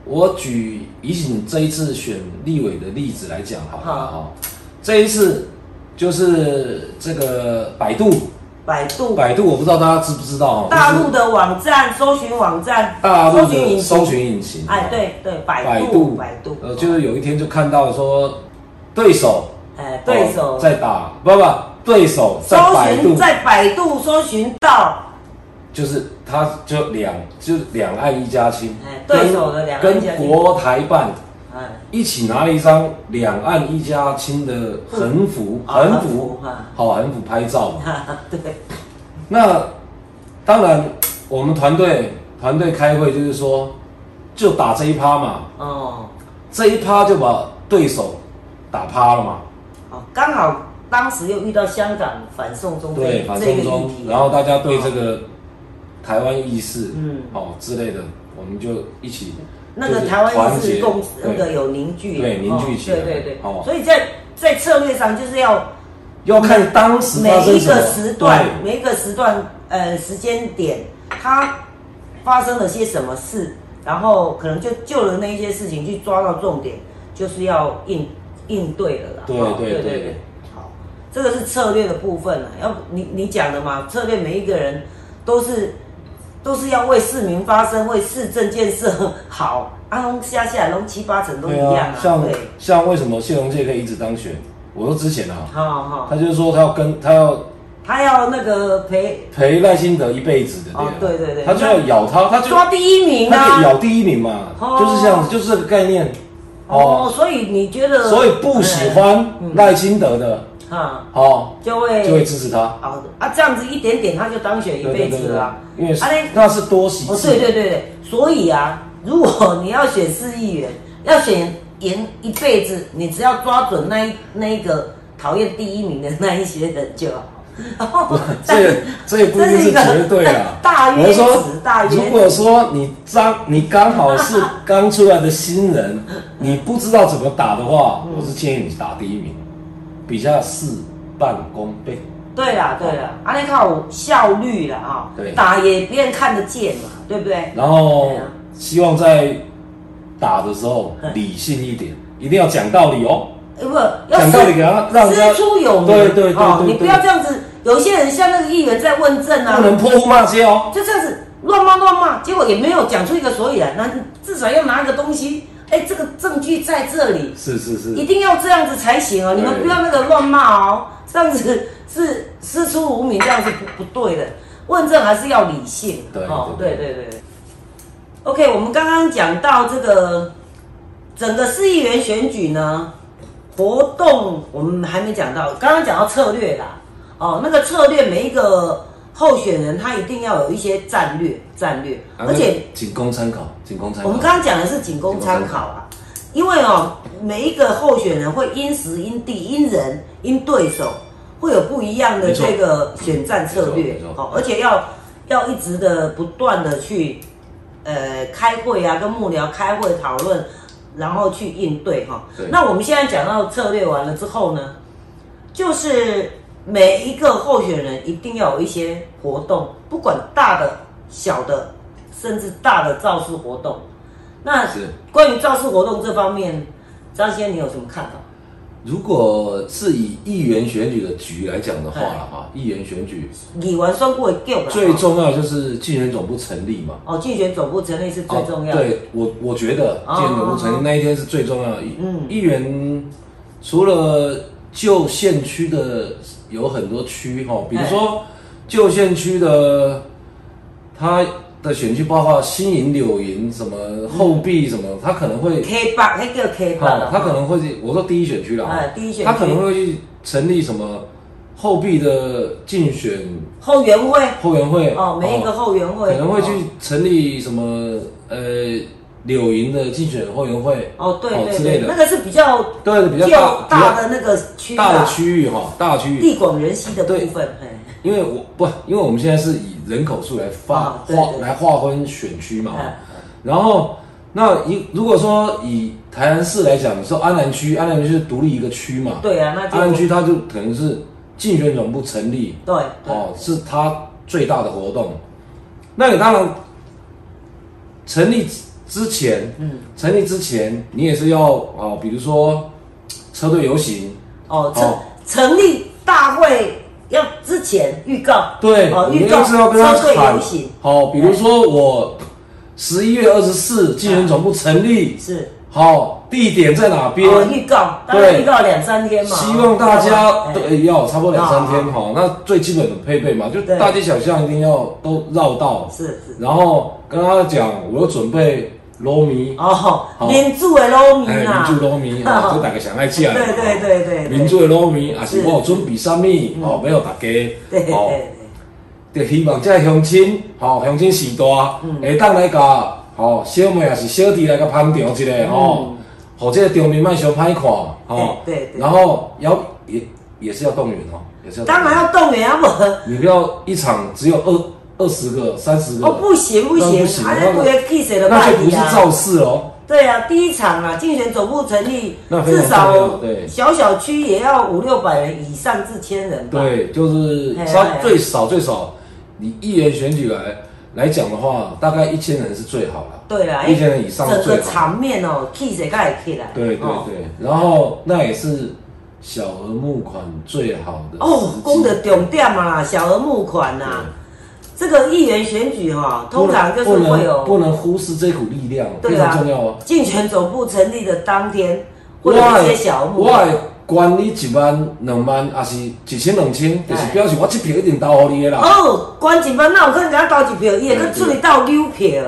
B: 我举以你这一次选立委的例子来讲好了
A: 好
B: 哦，这一次就是这个百度，
A: 百度
B: 百度我不知道大家知不知道哦，
A: 大
B: 就是
A: 陆的网站搜寻网站，
B: 大陆的
A: 引
B: 搜
A: 擎，
B: 寻引擎，
A: 哎，
B: 哦，
A: 对对，百
B: 百
A: 度
B: 度，
A: 百度，
B: 呃，就是有一天就看到说对手
A: 哎，对
B: 哦
A: 手
B: 在打，不不，对手在
A: 搜
B: 百
A: 寻
B: 度，
A: 在百度搜寻到，
B: 就是他就两就是两岸一家亲
A: 哎，
B: 跟
A: 对手的两岸一家亲
B: 跟国台办
A: 哎，
B: 一起拿了一张两岸一家亲的横幅，
A: 啊
B: 横
A: 横幅
B: 幅
A: 啊，
B: 好横幅拍照嘛。
A: 哈哈对，
B: 那当然，我们团队团队开会就是说，就打这一趴嘛，
A: 哦，
B: 这一趴就把对手打趴了嘛。
A: 哦，刚好当时又遇到香港反送中
B: 对，
A: 这
B: 反
A: 这个议
B: 送中
A: 题，，啊
B: 然后大家对这个台湾意识，
A: 嗯
B: 嗯，哦之类的，我们就一起
A: 那个
B: 就是
A: 台湾
B: 团
A: 也是
B: 结
A: 共那个
B: 对，
A: 有凝聚的，
B: 对凝聚
A: 哦
B: 起来
A: 对对对，
B: 哦
A: 所以在在策略上就是要
B: 要看当时
A: 每
B: 发生
A: 一
B: 什么
A: 个时段，每一个时段呃时间点，它发生了些什么事，然后可能就就了那一些事情去抓到重点，就是要应应对了啦。
B: 对
A: 哦
B: 对对对，
A: 好，这个是策略的部分了。要不你你讲的嘛，策略每一个人都是都是要为市民发声，为市政建设好。 啊，拢下下来拢七八成都一
B: 对
A: 样
B: 啊
A: 啊，，
B: 像
A: 对，
B: 像为什么谢龙介可以一直当选？我说之前啊，
A: 好好，
B: 他就是说他要跟他要
A: 他要那个陪
B: 陪赖清德一辈子的
A: 哦对对对
B: 他就要咬他，他就
A: 抓第一名
B: 他可以
A: 啊。
B: 咬第一名嘛，
A: 哦
B: 就是这样子，就是这个概念
A: 哦，
B: 哦。
A: 所以你觉得？
B: 所以不喜欢赖清德的
A: 嗯啊，
B: 哦，
A: 就会
B: 就会支持他。
A: 好的啊，这样子一点点他就当选一辈子了啊。
B: 对对对对因为是
A: 啊嘞
B: 那是多席
A: 哦，
B: 次，
A: 对对对对，所以啊，如果你要选市议员，要选赢一辈子，你只要抓准那一那一个讨厌第一名的那一些人就好。然 后
B: 这也这也不一定是绝对啊。
A: 大
B: 我
A: 约
B: 是
A: 值
B: 说，
A: 大约值
B: 如果说你刚你刚好是刚出来的 新人，你不知道怎么打的话，我是建议你打第一名，比较事半功倍。
A: 对啦对啦，啊，那靠效率了啊，
B: 对
A: 打也别人看得见嘛，对不对？
B: 然后
A: 对啊
B: 希望在打的时候
A: 嗯
B: 理性一点，一定要讲道理哦。
A: 呃不要
B: 讲道理给他让人家
A: 师出有名，
B: 对对对
A: 哦
B: 对
A: 你
B: 对
A: 不要这样子。有些人像那个议员在问政啊，
B: 不能泼妇骂街哦。
A: 就这样子乱骂乱骂，结果也没有讲出一个所以然，那至少要拿一个东西，哎，这个证据在这里，
B: 是是
A: 一
B: 是，
A: 定要这样子才行哦。
B: 对
A: 你们不要那个乱骂哦，这样子是师出无名，这样是不不对的。问政还是要理性，
B: 对
A: 对
B: 对
A: 对对对。OK，我们刚刚讲到这个整个市议员选举呢，活动我们还没讲到，刚刚讲到策略啦，哦，那个策略每一个候选人他一定要有一些战略战略，而且
B: 啊那仅供参考，仅供参考。
A: 我们刚刚讲的是仅供参考啊，因为哦，每一个候选人会因时因地因人因对手会有不一样的
B: 没错
A: 这个选战策略
B: 没错没错
A: 哦，而且要要一直的不断的去呃开会啊，跟幕僚开会讨论，然后去应对哈、
B: 对
A: 那我们现在讲到策略完了之后呢，就是每一个候选人一定要有一些活动，不管大的、小的，甚至大的造势活动。那
B: 是
A: 关于造势活动这方面，张先生你有什么看法？
B: 如果是以议员选举的局来讲
A: 哎
B: 的话了哈，议员选举
A: 你完算过会救了。
B: 最重要就是竞选总部成立嘛。
A: 哦，竞选总部成立是最重要
B: 哦
A: 的。
B: 对我，我觉得
A: 哦
B: 竞选总部成立那一天是最重要的。
A: 嗯
B: 议员除了旧县区的有很多区哈，比如
A: 哎
B: 说旧县区的，它的选区包括新营、柳营、什么后壁什么，它可能会
A: K 八，那叫 K 八
B: 好，
A: 了。
B: 他可能会去，我说第一选区啦，
A: 哎第一选区
B: 他可能会去成立什么后壁的竞选
A: 后援会
B: 后援会
A: 哦，每一个
B: 哦
A: 后援会
B: 可能会去
A: 哦
B: 成立什么呃柳营的竞选后援会
A: 哦，对对
B: 之类
A: 对，那
B: 的，
A: 个是比较
B: 对比较
A: 旧
B: 大
A: 大的那个区
B: 比较
A: 啦
B: 大的区域哈，大的区域，
A: 地广人稀的部分，哎嘿
B: 因为我不因为我们现在是以人口数来
A: 哦
B: 划
A: 对
B: 划
A: 对
B: 来划分选区嘛，
A: 嗯
B: 然后。那以如果说以台南市来讲，你说安南区，安南区是独立一个区嘛，
A: 对啊，那
B: 安安
A: 就
B: 区它就可能是竞选总部成立
A: 对对
B: 哦，是它最大的活动。那你当然成立之前，
A: 嗯
B: 成立之前你也是要哦，比如说车队游行，
A: 哦，
B: 哦
A: 成成立大会要之前预告，
B: 对，
A: 哦，
B: 你
A: 预
B: 一
A: 告
B: 定是要跟他
A: 车队
B: 喊
A: 游行，
B: 好、比如说我十一月二十四竞选总部成立，
A: 是
B: 好、地点在哪边？
A: 嗯哦预告，当然
B: 对
A: 预告两三天嘛，
B: 希望大家
A: 哎
B: 对、要差不多两三天
A: 啊
B: 哈、那最基本的配备嘛，就
A: 对
B: 大街小巷一定要都绕道，
A: 是是
B: 然后跟他讲，我有准备捞米，
A: 哦，
B: 好
A: 民主的农民
B: 哎，
A: 啊，
B: 民主捞 米啊，这大家上爱吃的，
A: 对对对对对
B: 民主的捞米啊，是
A: 是
B: 我有准备啥物哦，没有大家
A: 对对
B: 哦，
A: 对，
B: 就希望这乡亲吼乡亲时代
A: 嗯
B: 会当来甲吼小妹也是小弟来甲捧场一下吼
A: 嗯，
B: 吼这个场面莫伤歹看吼，
A: 对对对
B: 然后要也也是要动员哦，也是要动员
A: 当然要动员啊不。
B: 你不要一场只有二二十个、三十个，
A: 哦，不行不
B: 那
A: 行
B: 不，行
A: 啊，
B: 那
A: 那不要 kiss 的
B: 那
A: 拜
B: 就不
A: 你
B: 是
A: 啊
B: 造。势哦。
A: 对啊，第一场啊，竞选总部成立
B: 那，非常
A: 至少
B: 重要对
A: 小小区也要五六百人以上至千人吧。
B: 对，就是
A: 哎
B: 稍
A: 哎哎
B: 最少最少，你议员选举来来讲的话，大概一千人是最好了。
A: 对啦，
B: 一千人以上是
A: 整
B: 最
A: 个
B: 好。
A: 场面哦，kiss 盖起来。
B: 对对
A: 哦
B: 对，然后那也是小额募款最好的
A: 哦，
B: 功
A: 公的重点嘛啦，小额募款呐、这个议员选举哈、通常就是
B: 不
A: 会
B: 能
A: 有
B: 不能忽视这股力量，非
A: 对啊
B: 常重要哦。
A: 竞选总部成立的当天，
B: 我
A: 会有一些小额
B: 的
A: 募
B: 我
A: 款。
B: 的管你一万、两万，还是一千、两千，就是
A: 哎
B: 表示我这票一定投给你的啦。
A: 哦，关键班那有可能甲我投一票，伊会
B: 对
A: 去
B: 对
A: 出去斗溜票，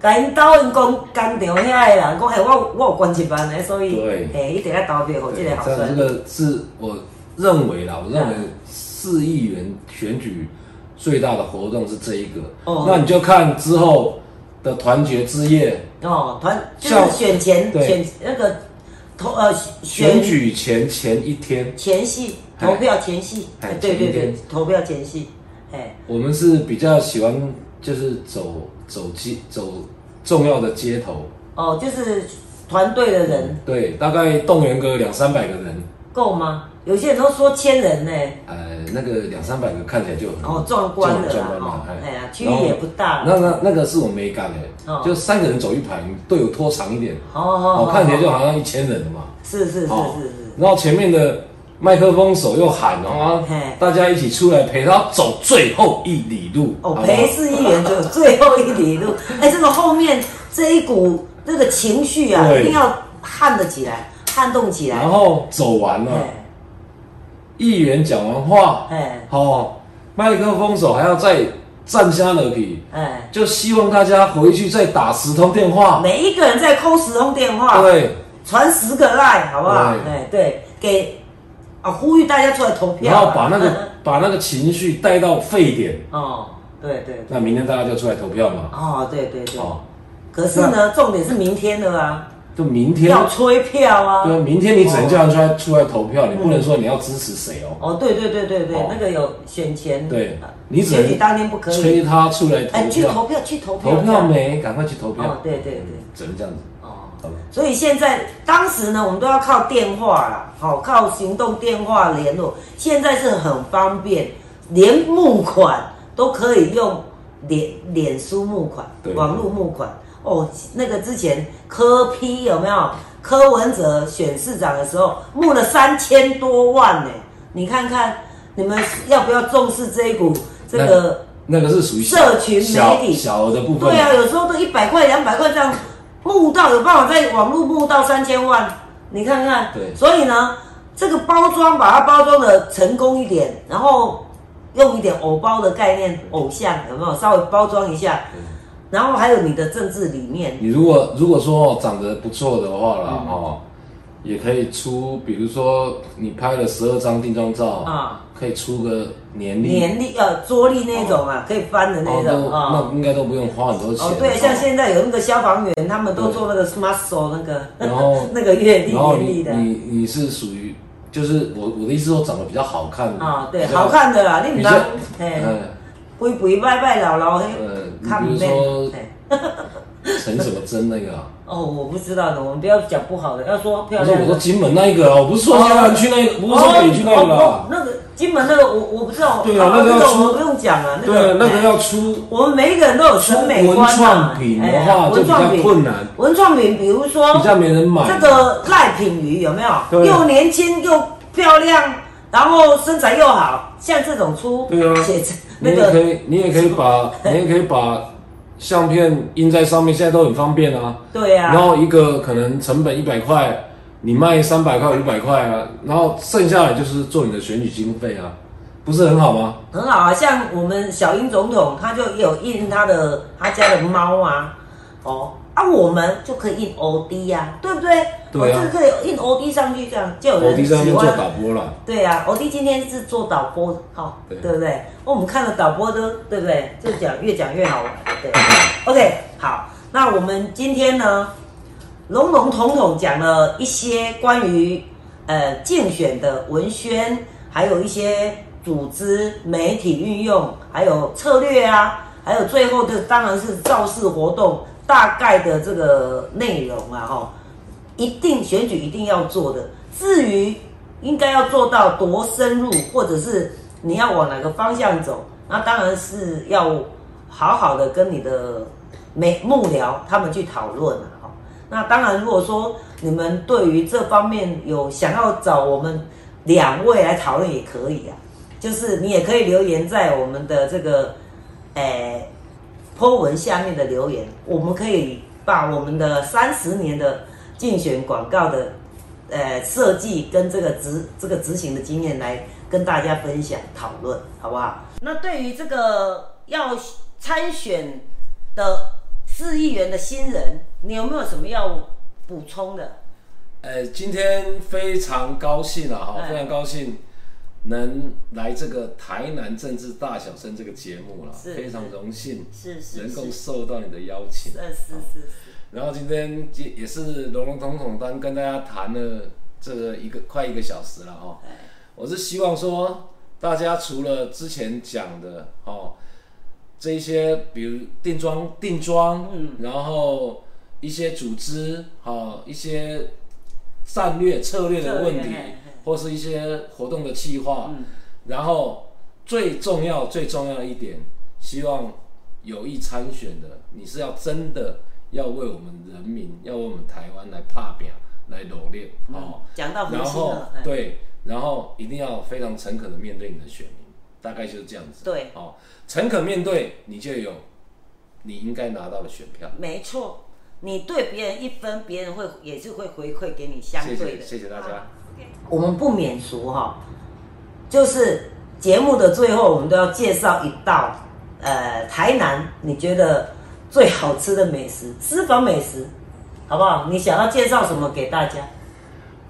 A: 甲因兜因公工厂遐个人讲，嘿，我有我有关键班的，所以
B: 对
A: 嘿，一定要投票互即
B: 对
A: 个候
B: 这
A: 选人。
B: 样这个是我认为
A: 嗯
B: 啦，我认为市议员选举最大的活动是这一个。
A: 哦
B: 那你就看之后的团结之夜，
A: 哦，团就
B: 像
A: 是选前
B: 对
A: 选那个投呃选
B: 选举前前一天，
A: 前戏，
B: 哎
A: 投票前戏，
B: 哎
A: 哎对对
B: 前一
A: 对
B: 天，
A: 投票前戏，哎，
B: 我们是比较喜欢就是走走街走重要的街头，
A: 哦，就是团队的人
B: 对，大概动员个两三百个人，
A: 够吗？有些人都说千人呢，
B: 呃，那个两三百个看起来就很
A: 哦，壮观了
B: 就
A: 啦
B: 很，壮观
A: 哦
B: 了，哎
A: 哎呀，区域
B: 然后
A: 也不大了，
B: 那那那个是我没感的，
A: 哦
B: 就三个人走一排，队伍拖长一点，
A: 哦哦
B: 哦，看起来就好像一千人了嘛。
A: 是是是是
B: 哦
A: 是。
B: 然后前面的麦克风手又喊哦
A: 嘿，
B: 大家一起出来陪他走最后一里路。
A: 哦，
B: 好不好
A: 陪市议员就最后一里 路，哎，这个后面这一股那个情绪啊，
B: 对
A: 一定要撼得起来，撼动起来
B: 然。后走完了，
A: 哎
B: 议员讲完话，
A: 哎
B: 哦，麦克风手还要再站下了皮，
A: 哎，
B: 就希望大家回去再打十通电话。
A: 每一个人在扣十通电话，
B: 对，
A: 传十个 line，好不好？
B: 对
A: 哎，对，给啊，呼吁大家出来投票
B: 然
A: 啊。
B: 后把那个把那个情绪带到沸点，
A: 哦，对对对，
B: 那明天大家就出来投票嘛。
A: 哦，对对对。
B: 哦，
A: 可是呢，重点是明天的啊，
B: 就明天
A: 要催票啊。
B: 对，明天你只能叫人出来出来投票，你不
A: 嗯
B: 能说你要支持谁哦。
A: 哦，对对对对对
B: 哦，
A: 那个有选前，
B: 对
A: 啊
B: 你只能
A: 选举当天不可以。
B: 催他出来投
A: 哎，去
B: 票，
A: 投票，去投票，
B: 投票没？赶快去投票
A: 哦。对对对
B: 只能这样子。
A: 哦，
B: 好吧
A: 所以现在当时呢，我们都要靠电话啦，好、靠行动电话联络。现在是很方便，连募款都可以用脸脸书募款
B: 对、
A: 网络募款。哦，那个之前科批有没有？柯文哲选市长的时候募了三千多万呢、你看看你们要不要重视这一股这个？
B: 那个是属于小
A: 社群媒体
B: 小小额的部分。
A: 对啊，有时候都一百块、两百块这样募到，有办法在网络募到三千万，你看看。
B: 对
A: 所以呢，这个包装把它包装的成功一点，然后用一点偶包的概念，偶像有没有稍微包装一下？然后还有你的政治理念，
B: 你如果如果说哦长得不错的话
A: 嗯
B: 啦，哦，也可以出，比如说你拍了十二张定妆照
A: 啊，
B: 可以出个年历，
A: 年历呃桌历那种啊，可以翻的那
B: 哦，那
A: 种啊。
B: 那应该都不用花很多钱。
A: 哦，对，像现在有那个消防员，他们都做那个 smart s o 那个，
B: 然后
A: 那个月历
B: 然后
A: 年
B: 你
A: 历的
B: 你你是属于，就是我我的意思说长得比较好看的
A: 啊，对，
B: 比较
A: 好看的啦，你
B: 比
A: 唔
B: 较
A: 当，嘿。
B: 呃
A: 肥肥拜拜老老黑，
B: 呃，你
A: 看
B: 比
A: 不
B: 如 说
A: 见。哎
B: 陈什么真那个啊，
A: 哦，我不知道的，我们不要讲不好的，要说漂
B: 不是
A: 亮
B: 我
A: 的
B: 说。金门那一个啊，我不是说
A: 哦
B: 江南区那个，不是说北区那个
A: 哦哦
B: 啦，
A: 那个金门那个，我我不知道。
B: 对啊那个要
A: 个我
B: 出
A: 们不用讲啊。
B: 对，那个要出
A: 我们每一个人都有审美观嘛啊
B: 文创品的话
A: 哎
B: 就比较困难
A: 文创品，比如说
B: 比较没人买。
A: 哦这个赖品鱼有没有？
B: 对啊
A: 又年轻又漂亮，然后身材又好，像这种出
B: 对啊
A: 写真那
B: 你也可
A: 个
B: 以，你也可以把，你也可以把相片印在上面，现在都很方便啊。
A: 对
B: 然
A: 啊，
B: 后一个可能成本一百块，你卖三百块、五百块啊，然后剩下来就是做你的选举经费啊，不是很好吗？
A: 很好啊。像我们小英总统，他就有印他的他家的猫啊，哦啊，我们就可以印 OD 呀、啊，对不对？
B: 对啊
A: 我这个可以印 OD 上去，这样就有
B: 我弟
A: 人喜
B: 哦在那边做
A: 欢。
B: 导播了，
A: 对啊，欧弟今天是做导播的，好、
B: 对
A: 对不对？哦我们看了导播都，对不对？就讲越讲越好玩，对。OK，好，那我们今天呢，笼笼统统讲了一些关于呃竞选的文宣，还有一些组织媒体运用，还有策略啊，还有最后的当然是造势活动大概的这个内容啊，哈、一定选举一定要做的。至于应该要做到多深入，或者是你要往哪个方向走，那当然是要好好的跟你的美幕僚他们去讨论了、哈。那当然，如果说你们对于这方面有想要找我们两位来讨论也可以啊，就是你也可以留言在我们的这个，诶、po 文下面的留言，我们可以把我们的三十年的竞选广告的呃设计跟这个执这个执行的经验来跟大家分享讨论，好不好？那对于这个要参选的市议员的新人，你有没有什么要补充的？
B: 呃，今天非常高兴啊，哈，
A: 哎
B: 非常高兴能来这个台南政治大小生这个节目了，
A: 是
B: 非常荣幸
A: 是是
B: 能够
A: 是，
B: 受到你的邀请。
A: 呃是是是，
B: 然后今天也也是笼笼统统单跟大家谈了这个一个快一个小时了哦。
A: 哎
B: 我是希望说，大家除了之前讲的哦，这一些比如定妆定妆，嗯，然后一些组织哦，一些战略策略的问
A: 策略
B: 题
A: 嘿嘿，嗯
B: 或是一些活动的计划，然后最重要最重要一点，希望有意参选的，你是要真的要为我们人民，要为我们台湾来怕表，来努力
A: 嗯
B: 哦。
A: 讲到核
B: 然
A: 心
B: 后
A: 了，哎
B: 对，然后一定要非常诚恳的面对你的选民，大概就是这样子。
A: 对，
B: 哦，诚恳面对，你就有你应该拿到的选票。
A: 没错，你对别人一分，别人会也是会回馈给你相
B: 谢
A: 对
B: 谢，
A: 的。
B: 谢谢大家。
A: 我们不免俗哈、就是节目的最后，我们都要介绍一道，呃，台南你觉得最好吃的美食，私房美食，好不好？你想要介绍什么给大家？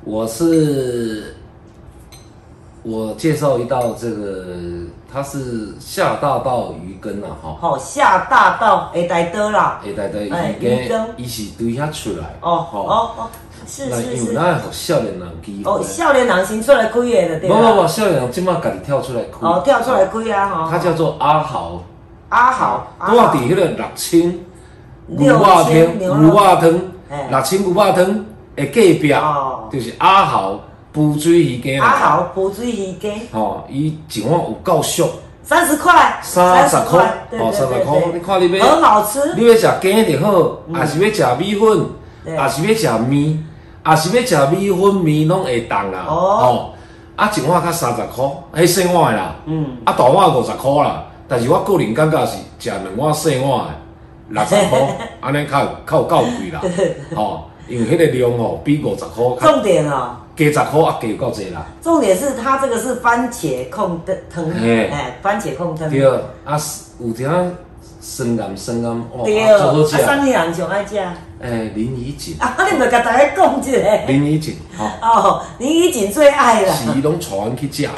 B: 我是我介绍一道这个，它是下大道鱼羹啊，哈、
A: 好、下大道哎，台德啦，
B: 会大家
A: 哎
B: 伊
A: 鱼
B: 个
A: 羹
B: 伊是对遐出来，
A: 哦哦哦，是
B: 那
A: 是
B: 因为
A: 是，
B: 咱互少年人机
A: 哦，
B: 会，
A: 少年郎行出来开的就对
B: 不不
A: 了，
B: 不，少年人即马家己跳出来哭，
A: 哦，跳出来，开啊哈，
B: 他叫做阿豪，
A: 阿豪，阿
B: 拄啊
A: 豪
B: 伫迄个六千牛
A: 六
B: 肉
A: 千
B: 汤，
A: 牛
B: 牛
A: 肉
B: 肉汤
A: 哎，
B: 六千牛肉汤的隔壁
A: 哦，
B: 就是阿豪浮水鱼羹，
A: 阿，豪补水鱼羹，
B: 吼，伊一碗有够俗，
A: 三十块，
B: 三十块，
A: 对
B: 哦，三十
A: 对
B: 块，
A: 对
B: 你
A: 对，
B: 看你要
A: 很好吃。
B: 你要食羹就好，还是要食米粉，
A: 嗯对
B: 还是要食面，啊是要食米粉、面拢会当啦。
A: 哦
B: 哦，啊一碗较三十箍，迄细碗的啦。
A: 嗯，
B: 啊大碗五十箍啦。但是我个人感觉是食两碗细碗的六十箍， 安尼较有较有够贵啦。哦，因为迄个量哦比五十箍 较
A: 重点哦，
B: 加十箍啊加有够济啦。
A: 重点是它这个是番茄控的汤，
B: 嘿
A: 哎，番茄控汤，
B: 对，啊有点酸甘酸甘，哦，
A: 对，
B: 啊做好
A: 啊，
B: 食。
A: 上一人上爱食，啊，
B: 诶，林怡锦，
A: 你咪甲大家讲一下，
B: 林怡锦，吼。
A: 哦，林怡锦最爱了，，
B: 是伊拢带阮去食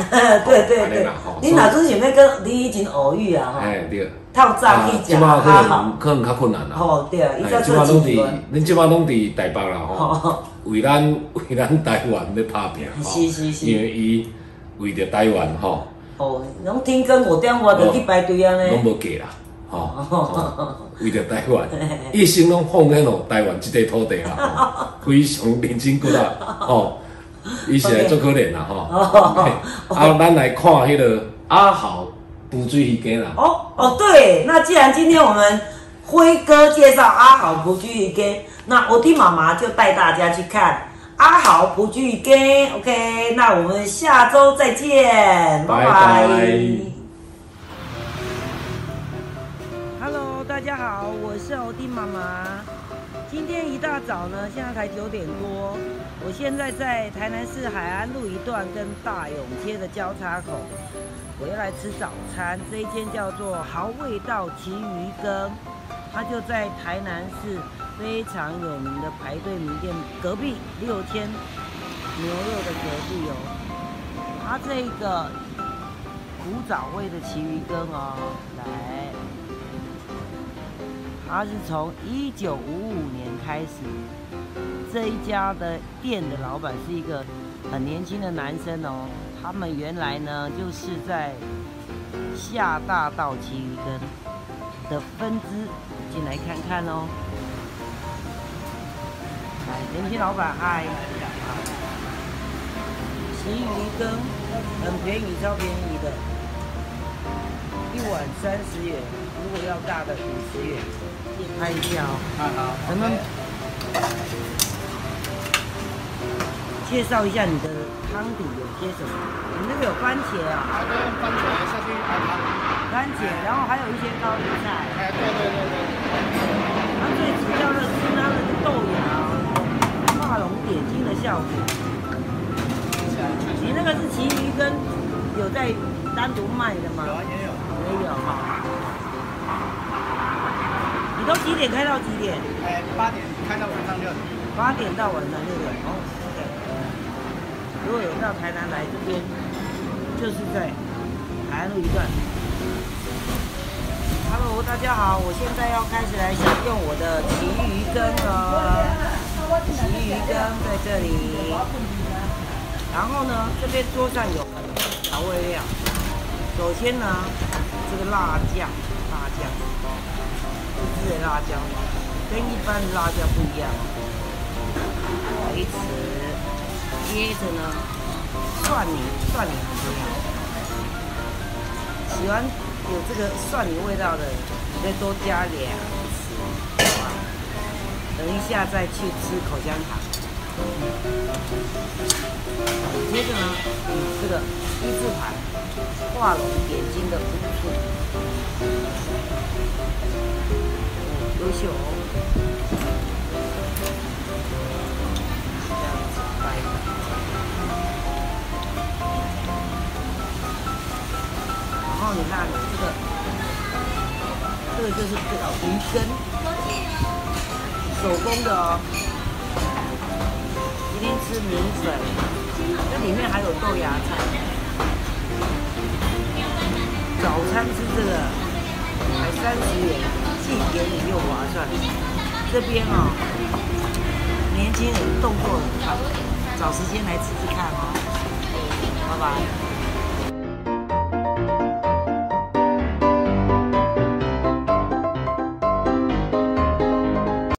A: 对对
B: 安尼
A: 对
B: 啦吼，
A: 你哪阵想要跟林怡锦偶遇啊？哈，
B: 哎对，
A: 透早去
B: 即
A: 食，
B: 马可
A: 啊，
B: 能可能较困难啦。
A: 好，哦对，伊
B: 哎
A: 在
B: 即马
A: 做
B: 拢
A: 几
B: 伫
A: 轮，，
B: 恁即马拢伫台北啦
A: 哦
B: 吼，为咱 为咱台湾咧拍拼吼，
A: 是是是
B: 因为伊为着台湾吼，
A: 哦，拢天光五点外就去排队啊
B: 拢
A: 呢，
B: 无嫁啦，吼 吼，为着台湾，一生拢奉献咯台湾即块土地 啦，吼非常认真骨力吼，伊是来
A: OK
B: 足可怜啦吼
A: 哦。
B: 嘿啊，咱来看迄个阿豪捕水鱼羹啦。
A: 哦哦，对，那既然今天我们辉哥介绍阿豪不居一根，那我的妈妈就带大家去看阿豪不居一根。OK，那我们下周再见，拜拜
B: 拜拜
A: Hello，大家好，我是欧弟妈妈。今天一大早呢，现在才九点多，我现在在台南市海岸路一段跟大勇街的交叉口，我要来吃早餐。这一间叫做豪味道奇鱼羹，它就在台南市非常有名的排队名店隔壁六千牛肉的隔壁哦。它这个古早味的奇鱼羹哦，来。它是从一九五五年开始，这一家的店的老板是一个很年轻的男生哦。他们原来呢就是在厦大道奇鱼羹的分支，进来看看哦。来，年轻老板嗨，奇鱼羹很便宜，超便宜的。一碗三十元，如果要大的五十元。也拍一下哦。
C: 啊好，
A: 咱们介绍一下你的汤底有些什么？你那个有番茄啊，
C: 好，都用番茄下去啊熬汤。
A: 番茄，
C: 哎
A: 然后还有一些高丽菜，
C: 哎，对对对对，
A: 它最主要的是它的豆芽画龙点睛的效果。
C: 吃起来确实
A: 你那个是其余跟有在单独卖的吗
C: 有？啊，也有。
A: 没有哈。你都几点开到几点？
C: 哎，八点开到晚上六点。
A: 八点到晚上六点哦。对如果有到台南来这边，就是在海岸路一段。Hello，大家好，我现在要开始来享用我的奇鱼羹了。奇鱼羹在这里，然后呢，这边桌上有很多调味料。首先呢，这个辣酱，辣酱，哦自制的辣椒，跟一般的辣椒不一样。啊维持。接着呢，蒜泥，蒜泥很重要。喜欢有这个蒜泥味道的，你再多加两匙，好吧？啊等一下再去吃口香糖。接着呢，这个一字盘画龙点睛的五处，哦优秀哦。这样子掰的。然后你看这个，这个就是这个鱼根，手工的哦。今天吃米粉，这里面还有豆芽菜。早餐吃这个才三十元，既便宜又划算。这边哦，年轻人动作很快，找时间来吃吃看哦。拜拜。